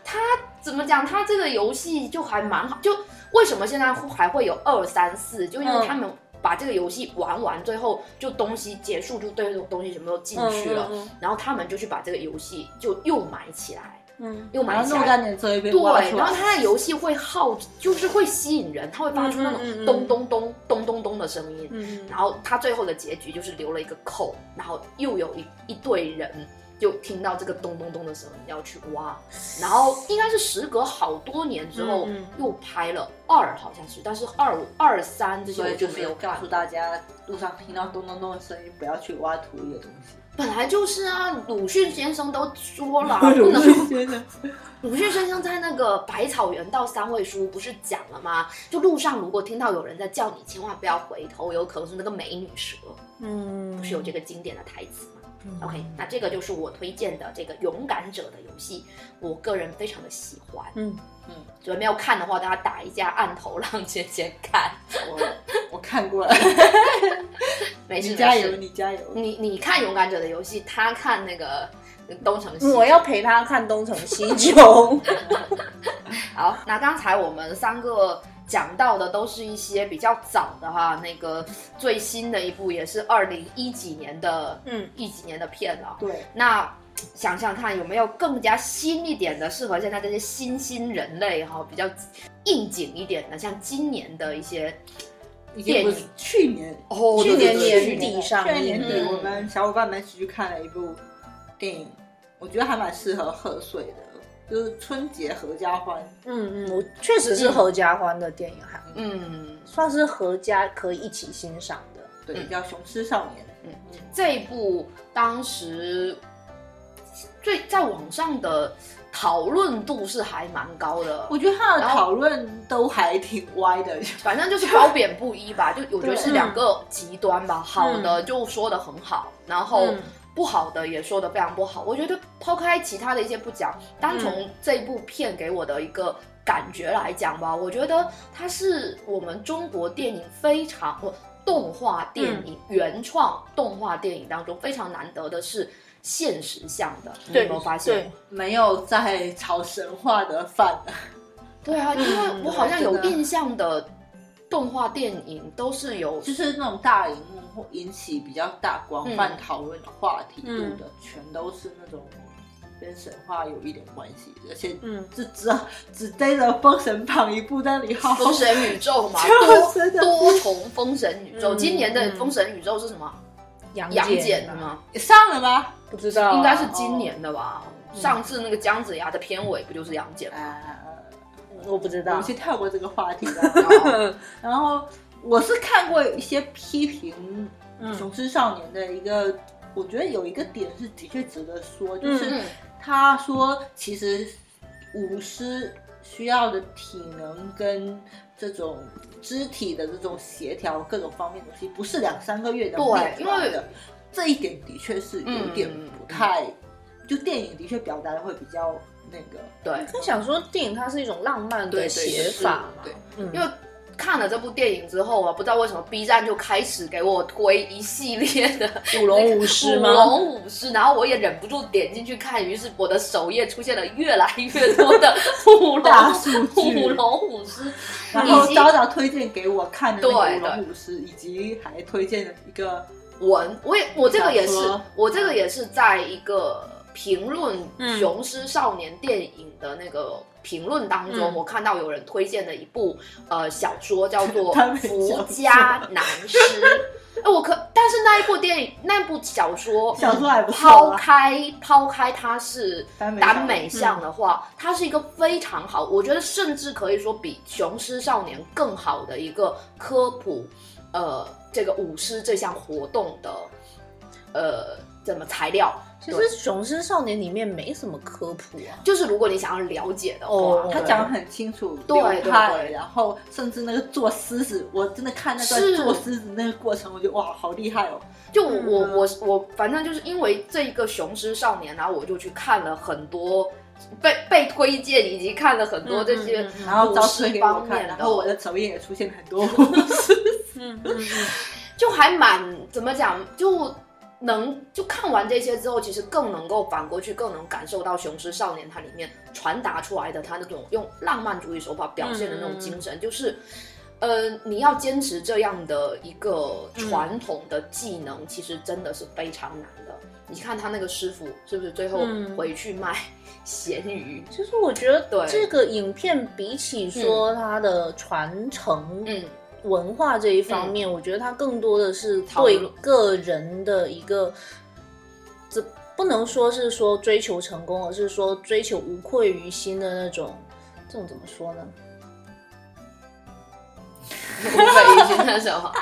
它怎么讲？它这个游戏就还蛮好，就为什么现在还会有二三四？就因为他们把这个游戏玩完，最后就东西结束，就对这种东西全部都进去了，
嗯
然后他们就去把这个游戏就又买起来，
嗯
又买
然后
起
弄
来。
在你的这一边挖
对，
出
然后
来，
它的游戏会耗，就是会吸引人，它会发出那
嗯嗯嗯
种咚咚咚咚咚咚的声音。
嗯
然后他最后的结局就是留了一个扣，然后又有一一队人就听到这个咚咚咚的声音要去挖，然后应该是时隔好多年之后、
嗯嗯
又拍了二，好像是，但是二五二三这些
所
我
以就
没
是
有
告
看
诉。大家，路上听到咚咚咚的声音，不要去挖土里的东西。
本来就是啊，鲁迅先生都说了，不
鲁
能
迅先生，
鲁迅先生在那个《百草园到三味书》不是讲了吗？就路上如果听到有人在叫你，千万不要回头，有可能是那个美女蛇。
嗯，
不是有这个经典的台词吗、
嗯
o k 那这个就是我推荐的这个《勇敢者》的游戏，我个人非常的喜欢。
嗯
所以没有看的话，大家打一架按头让姐姐看，
我我看过了，
没事
你加
没
油，
事。嗯
你加油。
你你看《勇敢者》的游戏，他看那个《东城西》。
嗯我要陪他看《东成西就》。 [laughs]
好，那刚才我们三个讲到的都是一些比较早的哈，那个最新的一部也是二零一几年的，
嗯，
一几年的片了。
对，
那想想看，有没有更加新一点的，适合现在这些新兴人类哈、比较应景一点的，像今年的一些
已经不是去年，
哦
去
对
年
对
年
对去
底上
去年
映
年
的，
底
嗯
我们小伙伴们一起去看了一部电影，我觉得还蛮适合贺岁的，就是春节合家欢。
嗯嗯，我确实是合家欢的电影，还
嗯，
算是合家可以一起欣赏的。
对，
嗯
叫《雄狮少年》。嗯
这一部当时最在网上的讨论度是还蛮高的。
我觉得他的
然后
讨论都还挺歪的，
反正就是褒贬不一吧，就我觉得是
对
两个极端吧。好的就说的很好，然后
嗯
不好的也说的非常不好。我觉得抛开其他的一些不讲，单从这部片给我的一个感觉来讲吧，我觉得它是我们中国电影非常不动画电影、原创动画电影当中非常难得的是现实向的，你有没有发现？
对，
没有在炒神话的饭。
对啊，因为
嗯
我好像有
真的
印象的动画电影都是有
就是那种大荧幕会引起比较大广泛讨论的话题度的，全都是那种跟神话有一点关系，而且
嗯，
只只只逮着《封神榜》一部在里好好
[laughs] 封神宇宙嘛，
就是
多
的
多重封神宇宙。
嗯
今年的
嗯
封神宇宙是什么？
嗯
杨
杨戬
戬
的
啊
吗？
[laughs] 上了吗？
不知道啊，
应该是今年的吧。
哦
上次那个姜子牙的片尾不就是杨戬吗？
啊，
我不知
我
道
们。先跳过这个话 [laughs] 题吧。
嗯
然后我是看过一些批评
嗯
《雄狮少年》的一个，我觉得有一个点是的确值得说，就是。
嗯，
他说，其实舞狮需要的体能跟这种肢体的这种协调各种方面的东西，不是两三个月能
对
练出来
因为
的。这一点的确是有点不太，就电影的确表达的会比较那个。
对，
他想说，电影它是一种浪漫的写法嘛
对，
嗯
因为看了这部电影之后啊，不知道为什么 B 站就开始给我推一系列
[laughs]
的
舞龙舞狮吗
舞龙舞狮，然后我也忍不住点进去看，于是我的首页出现了越来越多的 [laughs] 舞
大
龙
数
[laughs]
据
舞龙舞狮，
然后
以及
早早推荐给我看的那个
对
《舞龙舞狮》，以及还推荐了一个
文，我也我这个也是
小说，
我这个也是在一个评论《
嗯
雄狮少年》电影的那个评论当中，
嗯
我看到有人推荐的一部呃小说叫做
[laughs] 他
《
们
福家男尸》。哎，我可但是那一部电影，那部小说，
小说还不错
抛
啊，
开抛开它是
耽美嗯
耽美向的话，它是一个非常好，我觉得甚至可以说比《雄狮少年》更好的一个科普，呃，这个舞狮这项活动的，呃，怎么材料？
其实《雄狮少年》里面没什么科普啊，
就是如果你想要了解的话，
哦
他讲得很清楚，
对
流
对
派
对
然后甚至那个做狮子，我真的看那
是
段做狮子那个过程，我就哇，好厉害哦！
就我、
嗯
我我我，反正就是因为这一个《雄狮少年》，啊然后我就去看了很多被被推荐，以及看了很多这些。
嗯嗯嗯
然后招式给我
方面
看，
的
然后我的首页也出现很
[laughs]
多舞狮，
[laughs] 嗯嗯嗯
就还蛮怎么讲，就能就看完这些之后，其实更能够反过去，更能感受到《雄狮少年》它里面传达出来的他那种用浪漫主义手法表现的那种精神，就是。呃，你要坚持这样的一个传统的技能，其实真的是非常难的。你看他那个师傅是不是最后
嗯
回去卖咸鱼？
其实我觉得
对
这个影片比起说它的传承
嗯， [laughs]
文化这一方面，我觉得它更多的是
讨
对
论
个人的一个，这不能说是说追求成功，而是说追求无愧于心的那种。这种怎么说呢？
无非一句那什么？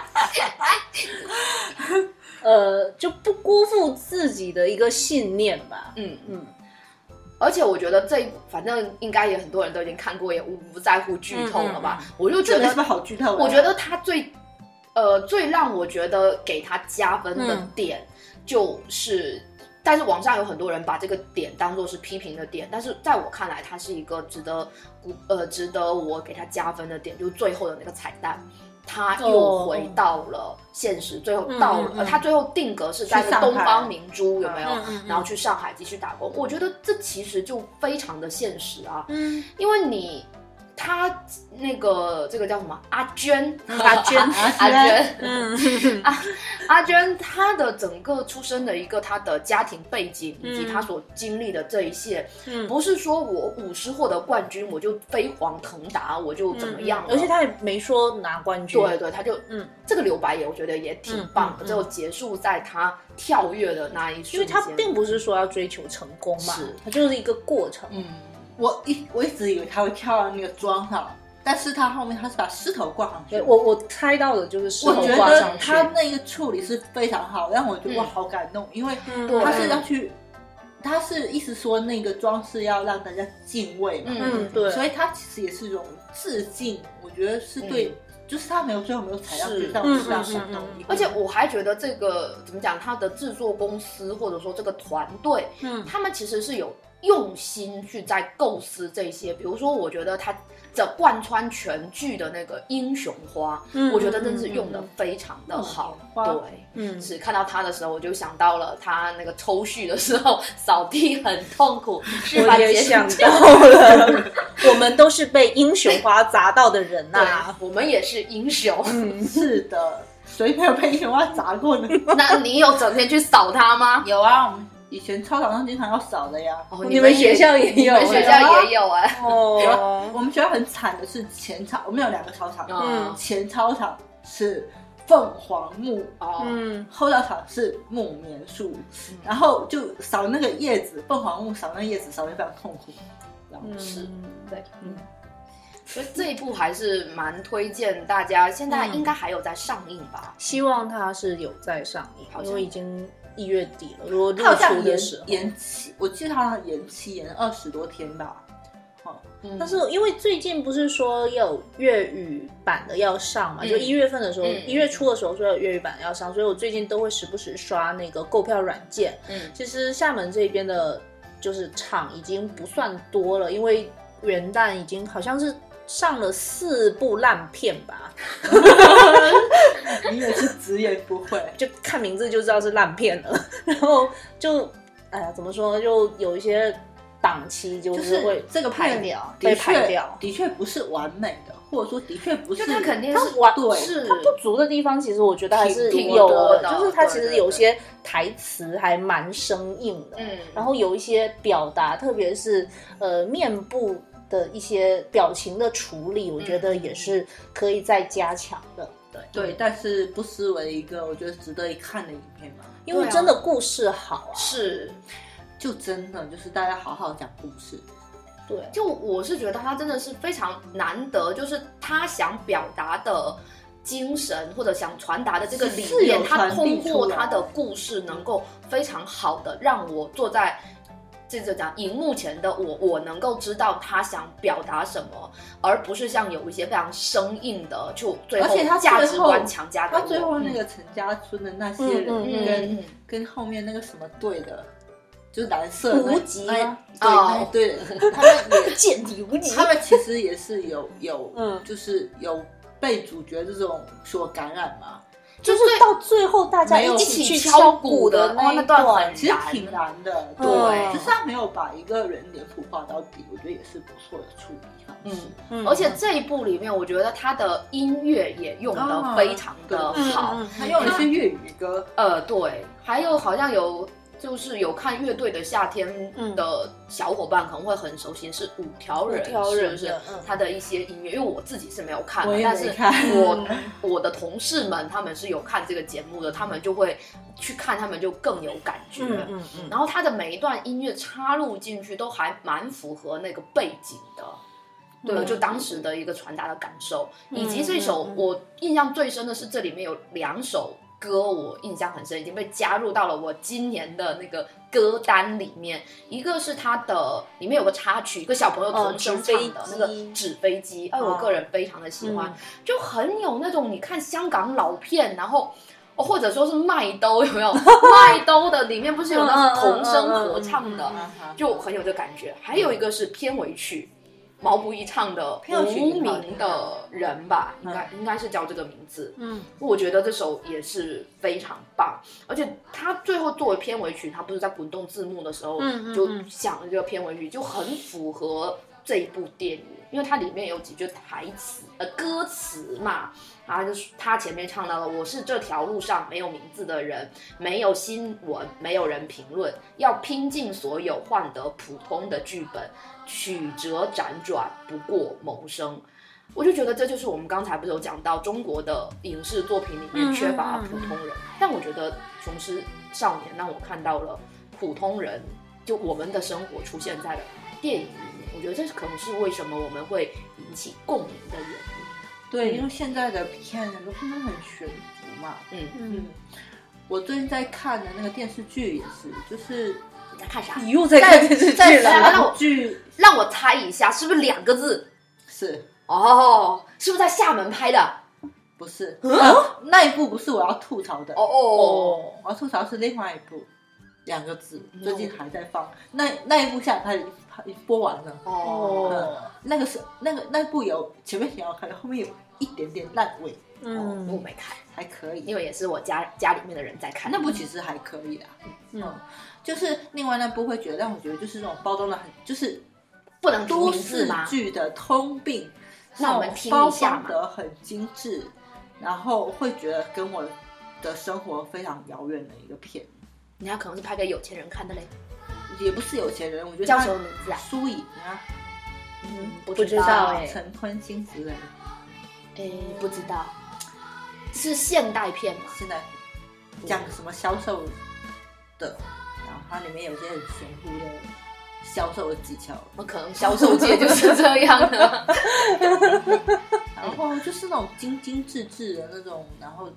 呃，就不辜负自己的一个信念吧。
嗯
嗯，
而且我觉得这一部反正应该也很多人都已经看过，也无不在乎剧透了吧？我就觉
嗯这没什么
得，
好剧透的。
我觉得他最呃最让我觉得给他加分的点就是。但是网上有很多人把这个点当做是批评的点，但是在我看来，它是一个值得鼓呃值得我给他加分的点，就是最后的那个彩蛋，他又
哦
回到了现实，最后到了、
嗯嗯
呃他最后定格是在
去
那
上
个东
海
方明珠有没有？
嗯嗯嗯
然后去上海继续打工，我觉得这其实就非常的现实啊，
嗯，
因为你他那个这个叫什么阿
[laughs]
娟，
阿娟
[laughs] 阿娟，
嗯，
阿娟她的整个出生的一个她的家庭背景以及她所经历的这一切，
嗯
不是说我五十获得冠军我就飞黄腾达我就怎么样了，
嗯而且他也没说拿冠军。
对对，他就
嗯，
这个留白也我觉得也挺棒的，
嗯嗯嗯
就结束在他跳跃的那一瞬间，
因为他并不是说要追求成功嘛
是，
它就是一个过程。
嗯，我一我一直以为他会跳到那个桩上，但是他后面他是把狮头挂上去
对
了。
我我猜到的就是事
我
后
觉
挂
得
上去。
他那个处理是非常好，让我觉得
嗯
哇好感动，因为
嗯
对
他是要去，他是意思说那个装饰要让大家敬畏嘛，
嗯对，
所以他其实也是一种致敬，我觉得是对，就是他没有最后没有踩到
是
地上，
嗯
是让我
嗯
感动
嗯嗯。
而且我还觉得这个怎么讲，他的制作公司或者说这个团队，
嗯
他们其实是有用心去在构思这些。比如说，我觉得他这贯穿全剧的那个英雄花，
嗯
我觉得真是用的非常的好。
嗯嗯嗯
对，
嗯
是看到他的时候，我就想到了他那个抽蓄的时候扫地很痛苦，是
[laughs]
吧？
我也
杰
想到了， [laughs] 我们都是被英雄花砸到的人呐、
[laughs]
[laughs]
对，我们也是英雄。 [laughs]
嗯
[laughs] 是的，谁没有被英雄花砸过
[laughs]
呢？
那你有整天去扫他吗？
有啊，我们以前操场上经常要扫的呀。
哦
你们学校也
你
有
们学校也有哎、
哦，
我们学校很惨的是前操，我们有两个操场，
嗯
前操场是凤凰木，
哦，
嗯，
后操场是木棉树，然后就扫那个叶子，凤凰木扫那叶子扫的非常痛苦。然后
是对，
嗯
所以这一部还是蛮推荐大家，现在
嗯
应该还有在上映吧？
希望它是有在上
好
映，
像
因为已经一月底了，如果
它
露
好像
出
延
的时候。
延期，我记得好像延期延二十多天吧。
嗯
但是因为最近不是说有粤语版的要上嘛，
嗯
就一月份的时候，
嗯
一、月初的时候说有粤语版要上，所以我最近都会时不时刷那个购票软件。
嗯
其实厦门这边的就是场已经不算多了，因为元旦已经好像是上了四部烂片吧，
你也是直言不讳，
就看 [laughs] 名字就知道是烂片了。然后就哎呀，怎么说呢，就有一些档期就
就是
会
这个
排
片
掉
的
被排
确
掉
的确不是完美的，或者说的确不是，
就它肯定
它
是
完
对
是
它不足的地方，其实我觉得还是
挺
有
多的
就是它
对
其实
对
有
对
些台词还蛮生硬的，
嗯
然后有一些表达，特别是呃面部的一些表情的处理，我
嗯
觉得也是可以再加强的。对，
对，但是不失为一个我觉得值得一看的影片嘛，
因为
对啊
真的故事好啊，
是，
就真的就是大家好好讲故事，
嗯对，
就我是觉得他真的是非常难得，就是他想表达的精神或者想传达的这个理
是有
念，他
传递
通
出
过
来
他的故事能够非常好的让我坐在。这就讲荧幕前的我，我能够知道他想表达什么，而不是像有一些非常生硬的，就最
而
后
且他最
价值
后
观强加给
他
我。
最后那个陈家村的那些人
嗯嗯
跟、
嗯嗯
跟后面那个什么队的，就是蓝色
无
那
极
那
吗
对、
哦
那一队人，
[laughs]
他们也
见底无极
他们其实也是有有
嗯
就是有被主角这种所感染嘛，
就是
最
到最后大家
没有
一
一
起
起
去
敲
鼓
鼓的
那
哦
一
那段
段
很
其实挺难的，对，
嗯
就是他没有把一个人脸谱化到底，我觉得也是不错的处理方式。
嗯
而且这一部里面，我觉得他的音乐也用的非常的
嗯
好。
嗯
他用的是粤语歌，
呃，对，还有好像有就是有看乐队的夏天
嗯
的小伙伴可能会很熟悉，是五条人，
五条人
是不是
的嗯？
他的一些音乐，因为我自己是没有看
我
的，
也
但
没
是
看
我我的同事们他们是有看这个节目的，他们就会去看，他们就更有感觉。
嗯嗯嗯，
然后他的每一段音乐插入进去都还蛮符合那个背景的，对，
嗯
就当时的一个传达的感受，
嗯
以及这首
嗯嗯
我印象最深的是这里面有两首歌我印象很深，已经被加入到了我今年的那个歌单里面。一个是他的里面有个插曲，一个小朋友童声唱的那个
哦纸飞机
《纸飞机》，哎，我
哦
个人非常的喜欢
嗯，
就很有那种你看香港老片，然后。哦或者说是麦兜
[laughs]
有没有？麦兜的里面不是有那种童声合唱的
嗯嗯嗯嗯嗯嗯嗯
啊
嗯，
就很有这感觉。还有一个是片尾曲，毛不易唱的
片尾
《
曲
无名的人》吧，应该应该是叫这个名字。
嗯
我觉得这首也是非常棒，而且他最后作为片尾曲，他不是在滚动字幕的时候
嗯嗯嗯
就想了这个片尾曲，就很符合这一部电影，因为它里面有几句台词呃歌词嘛，然后就是他前面唱到了“我是这条路上没有名字的人，没有新闻，没有人评论，要拼尽所有换得普通的剧本，曲折辗转，不过谋生。”我就觉得这就是我们刚才不是有讲到中国的影视作品里面缺乏普通人，但我觉得《雄狮少年》让我看到了普通人，就我们的生活出现在了电影里面。我觉得这可能是为什么我们会引起共鸣的原因。
对，因为现在的片都是那种很悬浮嘛。
嗯，
嗯，我最近在看的那个电视剧也是，就是
你在看啥？
你又在看电视剧
在
了
在，
那剧
让我猜一下，是不是两个字？
是
哦，是不是在厦门拍的？
不是？啊那一部不是我要吐槽的
哦，哦，
哦，
我要吐槽是另外一部，两个字，
No
最近还在放。那那一部下来它已播完了。
哦，
哦
那个是那个那部有前面挺好看的，后面有一点点烂尾，
嗯，我
嗯
没看，
还可以
因。为也是我家家里面的人在看。
那部其实还可以啦，啊
嗯，
就是另外那部会觉得让我觉得就是那种包装的很，就是
不能读
都
名字
市
吗？
剧的通病，
那我们听
包
一下
装
嘛。
的很精致，然后会觉得跟我的生活非常遥远的一个片，
人家可能是拍给有钱人看的嘞。
也不是有钱人，我觉得
叫
他
什么名字啊？
苏颖啊，
嗯，
不知道哎
陈坤星之类的，哎
诶，不知道，是现代片吗？
现在讲什么销售的，然后它里面有些很玄乎的销售的技巧，
我可能销售界就是这样的。
嗯
然后就是那种精精致致的那种，然后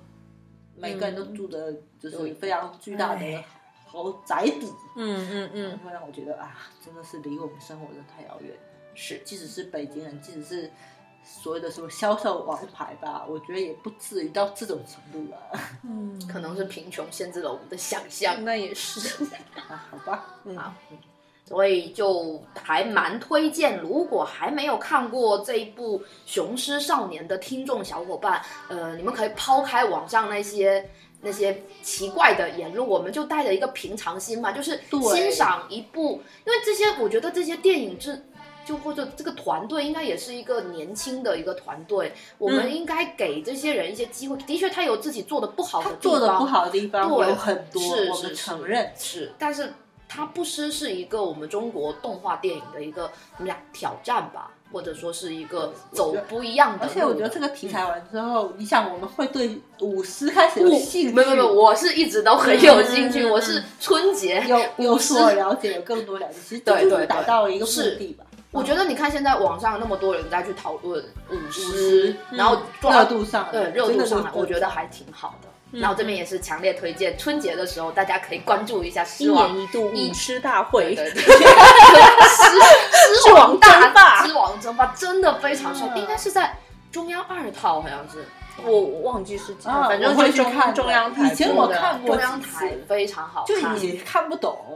每个人都住的就是非常巨大的
嗯哎
豪宅底，
嗯嗯嗯，
会让我觉得啊，真的是离我们生活真的太遥远。
是，
即使 [laughs] 是北京人，即使是所有的什么销售王牌吧，我觉得也不至于到这种程度吧。
嗯，
可能是贫穷限制了我们的想象。
那也是，
啊，好吧，
嗯
好所以就还蛮推荐，如果还没有看过这一部《雄狮少年》的听众小伙伴，呃，你们可以抛开网上那些那些奇怪的言论，我们就带着一个平常心嘛，就是
对
欣赏一部，因为这些我觉得这些电影制就或者这个团队应该也是一个年轻的一个团队，我
嗯
们应该给这些人一些机会。的确，他有自己做的不好的
他
地方，
做的不好的地方
对
有很多，
是
我
是
们
是
承认。
是，但是它不失是一个我们中国动画电影的一个怎么讲挑战吧，或者说是一个走不一样的
而
路。
且我觉得这个题材完之后，你想我们会对舞狮开始有
我
兴趣，
没有没有，我是一直都很有兴趣，
嗯嗯嗯
我是春节
有有
舞狮
所了解，有更多了解，其实
对
这就
对
是达
对
到了一个目
是
的吧。
我觉得你看现在网上那么多人在去讨论舞狮
狮，嗯
然后抓
热度上来
对
了，
热
真
度
的
上来，
是嗯
我觉得还挺好的。然后这边也是强烈推荐春节的时候大家可以关注一下
一
狮王
年一度舞狮大会，
对对对，狮
狮
狮王
王争霸
大狮王争霸真的非常帅，
嗯
应该是在中央二套好像是，
我 [laughs] 我忘记是几
啊
反正
我会
就
去看
中中
的
央台播的。
以前我看过
中央台非常好
就
看。
你看不懂，
啊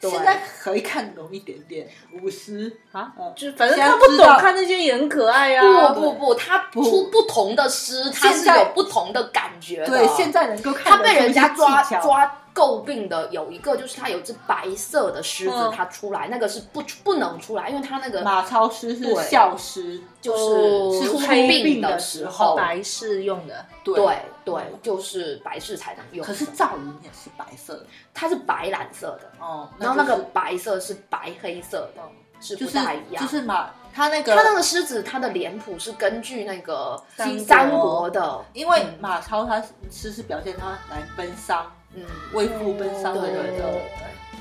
对
现在可以看懂一点点舞狮
啊
嗯
就反正
现在
看不
知
懂，
道
看那些也很可爱啊呀、
不不不，他
不
出不同的诗，他是
现在
有不同的感觉的。
对，现在能够看
他
得
被人家
出一些
抓
技巧，
抓诟病的有一个就是他有一只白色的狮子
嗯，
它出来那个是不不能出来，因为它那个
马超狮是
对
笑狮，
就是
是
出
黑
病
病的
时
时
候，
白事用的，
对对，就是白事才能用的。
可是赵云也是白色的
它是白蓝色的，
哦，
然后那
就
个
是
白色是白黑色的，是
就
不
是
大一样。
就是马，他那个
它那个狮子，它的脸谱是根据那个
三国
三国的，
因为马超他其实表现他来奔丧，
嗯，
为父奔丧
对
的
哦对对对
那个，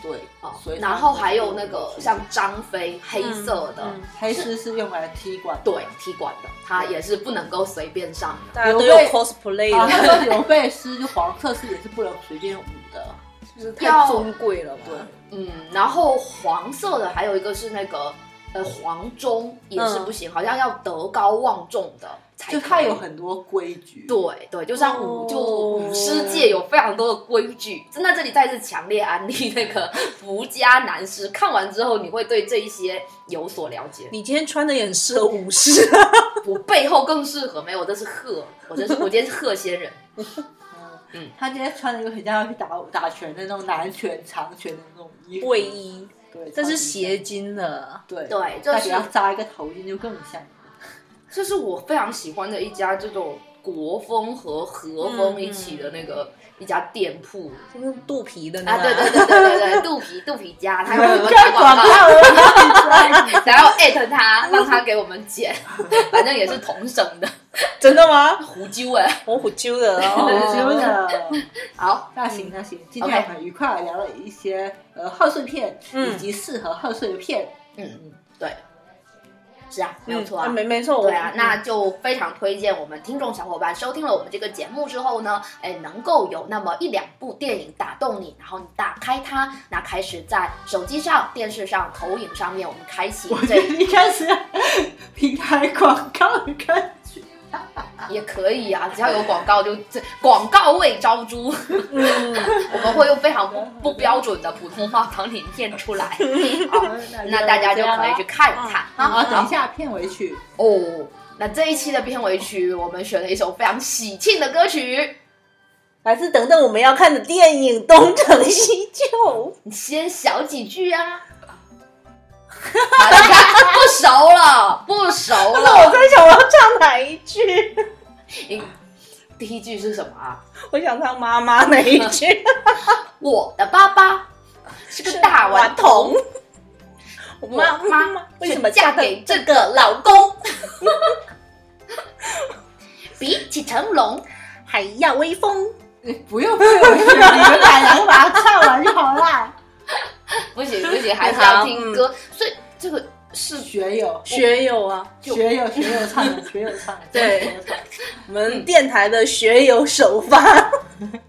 对
哦，
所以他
然后还有那个像张飞黑
嗯
色的，
嗯
黑狮是用来踢馆，
对踢馆的，它也是不能够随便上的。
大家都
刘
有
备
cosplay
啊，
的，
那个刘备狮就黄色狮也是不能随便舞的，
[laughs] 就是
要
太尊贵了吧？
对
嗯，然后黄色的还有一个是那个呃黄忠也是不行，好像要德高望重的才
嗯就他
可以
有很多规矩，
对对，就像舞、就
哦
舞狮界有非常多的规矩。真的，这里再次强烈安利那个福家男狮，看完之后你会对这一些有所了解。
你今天穿的也很适合武士，
我背后更适合没有，我这是鹤，我这是我今天是鹤仙人。
嗯，他今天穿了一个很像要去打打拳的那种南拳、长拳的那种衣服，
卫衣，
对，
这是
超
斜
级像，
襟的，
对
对这
再
是
给他扎一个头巾就更像了。
这是我非常喜欢的一家这种国风和和风一起的那个、一家店铺
就是肚皮的那
啊，
个
对对对
[laughs]
对对对，肚皮肚皮家，他有没有打
开
广
广
告？
告了，
[laughs] 然后艾特他，让他给我们剪，反正也是同省的
[laughs] 真的 [laughs] 吗？
胡揪哎。
我虎揪的
我
哦，
觉 [laughs] 得。
好，
那行那行，今天我们愉快地聊了一些呃贺岁片
嗯
以及适合贺岁的片，
嗯，对，是啊，没有错啊。
嗯没没错，我嗯
对啊，那就非常推荐我们听众小伙伴收听了我们这个节目之后呢，哎，能够有那么一两部电影打动你，然后你打开它，那开始在手机上、电视上、投影上面，我们开启
我觉
这
得 [laughs] 一开始平台广告的感觉，
也可以啊，只要有广告就 [laughs] 这广告位招租，
嗯，
我们会用非常不不标准的普通话帮你念出来，
[laughs]
好，那大家就可以去看一看
啊，好
啊。
等一下片尾曲，
哦，那这一期的片尾曲，我们选了一首非常喜庆的歌曲。
来自等等我们要看的电影《东成西就》。
[laughs] 你先小几句啊！好了，你看不熟了，不熟
那我
了。
在想我要唱哪一句？
你第一句是什么啊？
我想唱妈妈那一句，
我的爸爸 [laughs] 是个大顽童，。
[laughs] 我
我
妈
妈
妈
妈
为什么嫁
嫁给
给
这个老公？ [laughs] 比起成龙，
还要威风？ [laughs]
你不用片尾 [laughs] 曲，你们俩两个把它唱完就好啦。
不行不行，还是要听歌。所以这个是
学友，
学友啊，
就
学友，学友唱 [laughs] 的，学友唱的，
对
学友唱的
我们电台的学友首发，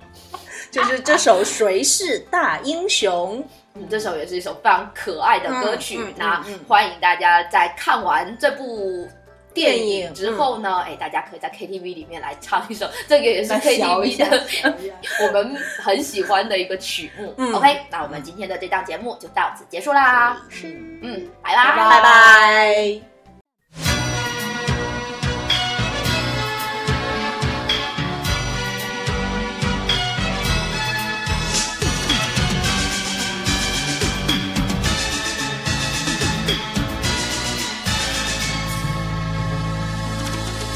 [laughs] 就是这首《谁是大英雄
嗯，这首也是一首非常可爱的歌曲。
嗯嗯
那
嗯嗯
欢迎大家在看完这部电影之后呢，
嗯
哎、大家可以在 KTV 里面来唱一首，这个也是
再小一
KTV
下
的
小一下
[laughs] 我们很喜欢的一个曲目。
嗯
OK，那我们今天的这档节目就到此结束啦》。。嗯，拜拜。
拜》。
拜拜。
「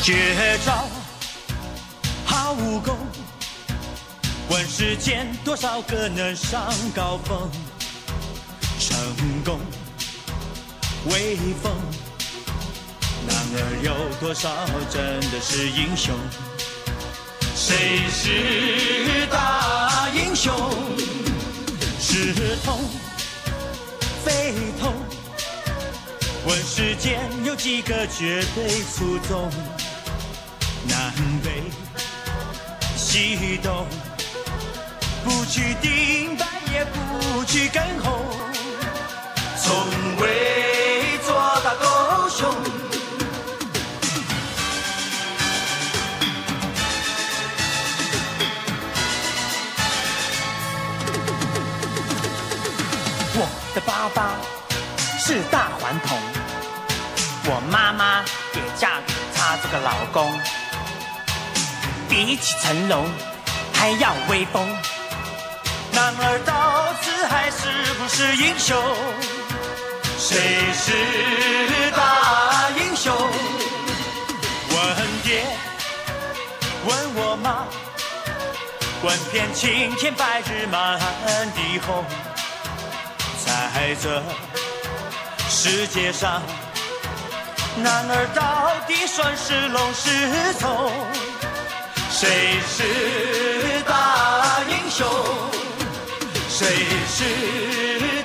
绝招好武功，问世间多少个能上高峰？成功威风，男儿有多少真的是英雄？谁是大英雄？是痛非痛，问世间有几个绝对出众？南北西东，不去顶白，也不去跟红，从未做到狗熊。我的爸爸是大顽童，我妈妈也嫁给他这个老公。比起成龙还要威风，男儿到此还是不是英雄？谁是大英雄？问爹，问我妈，问遍青天白日满地红。在这世界上，男儿到底算是龙是虫？谁是大英雄？谁是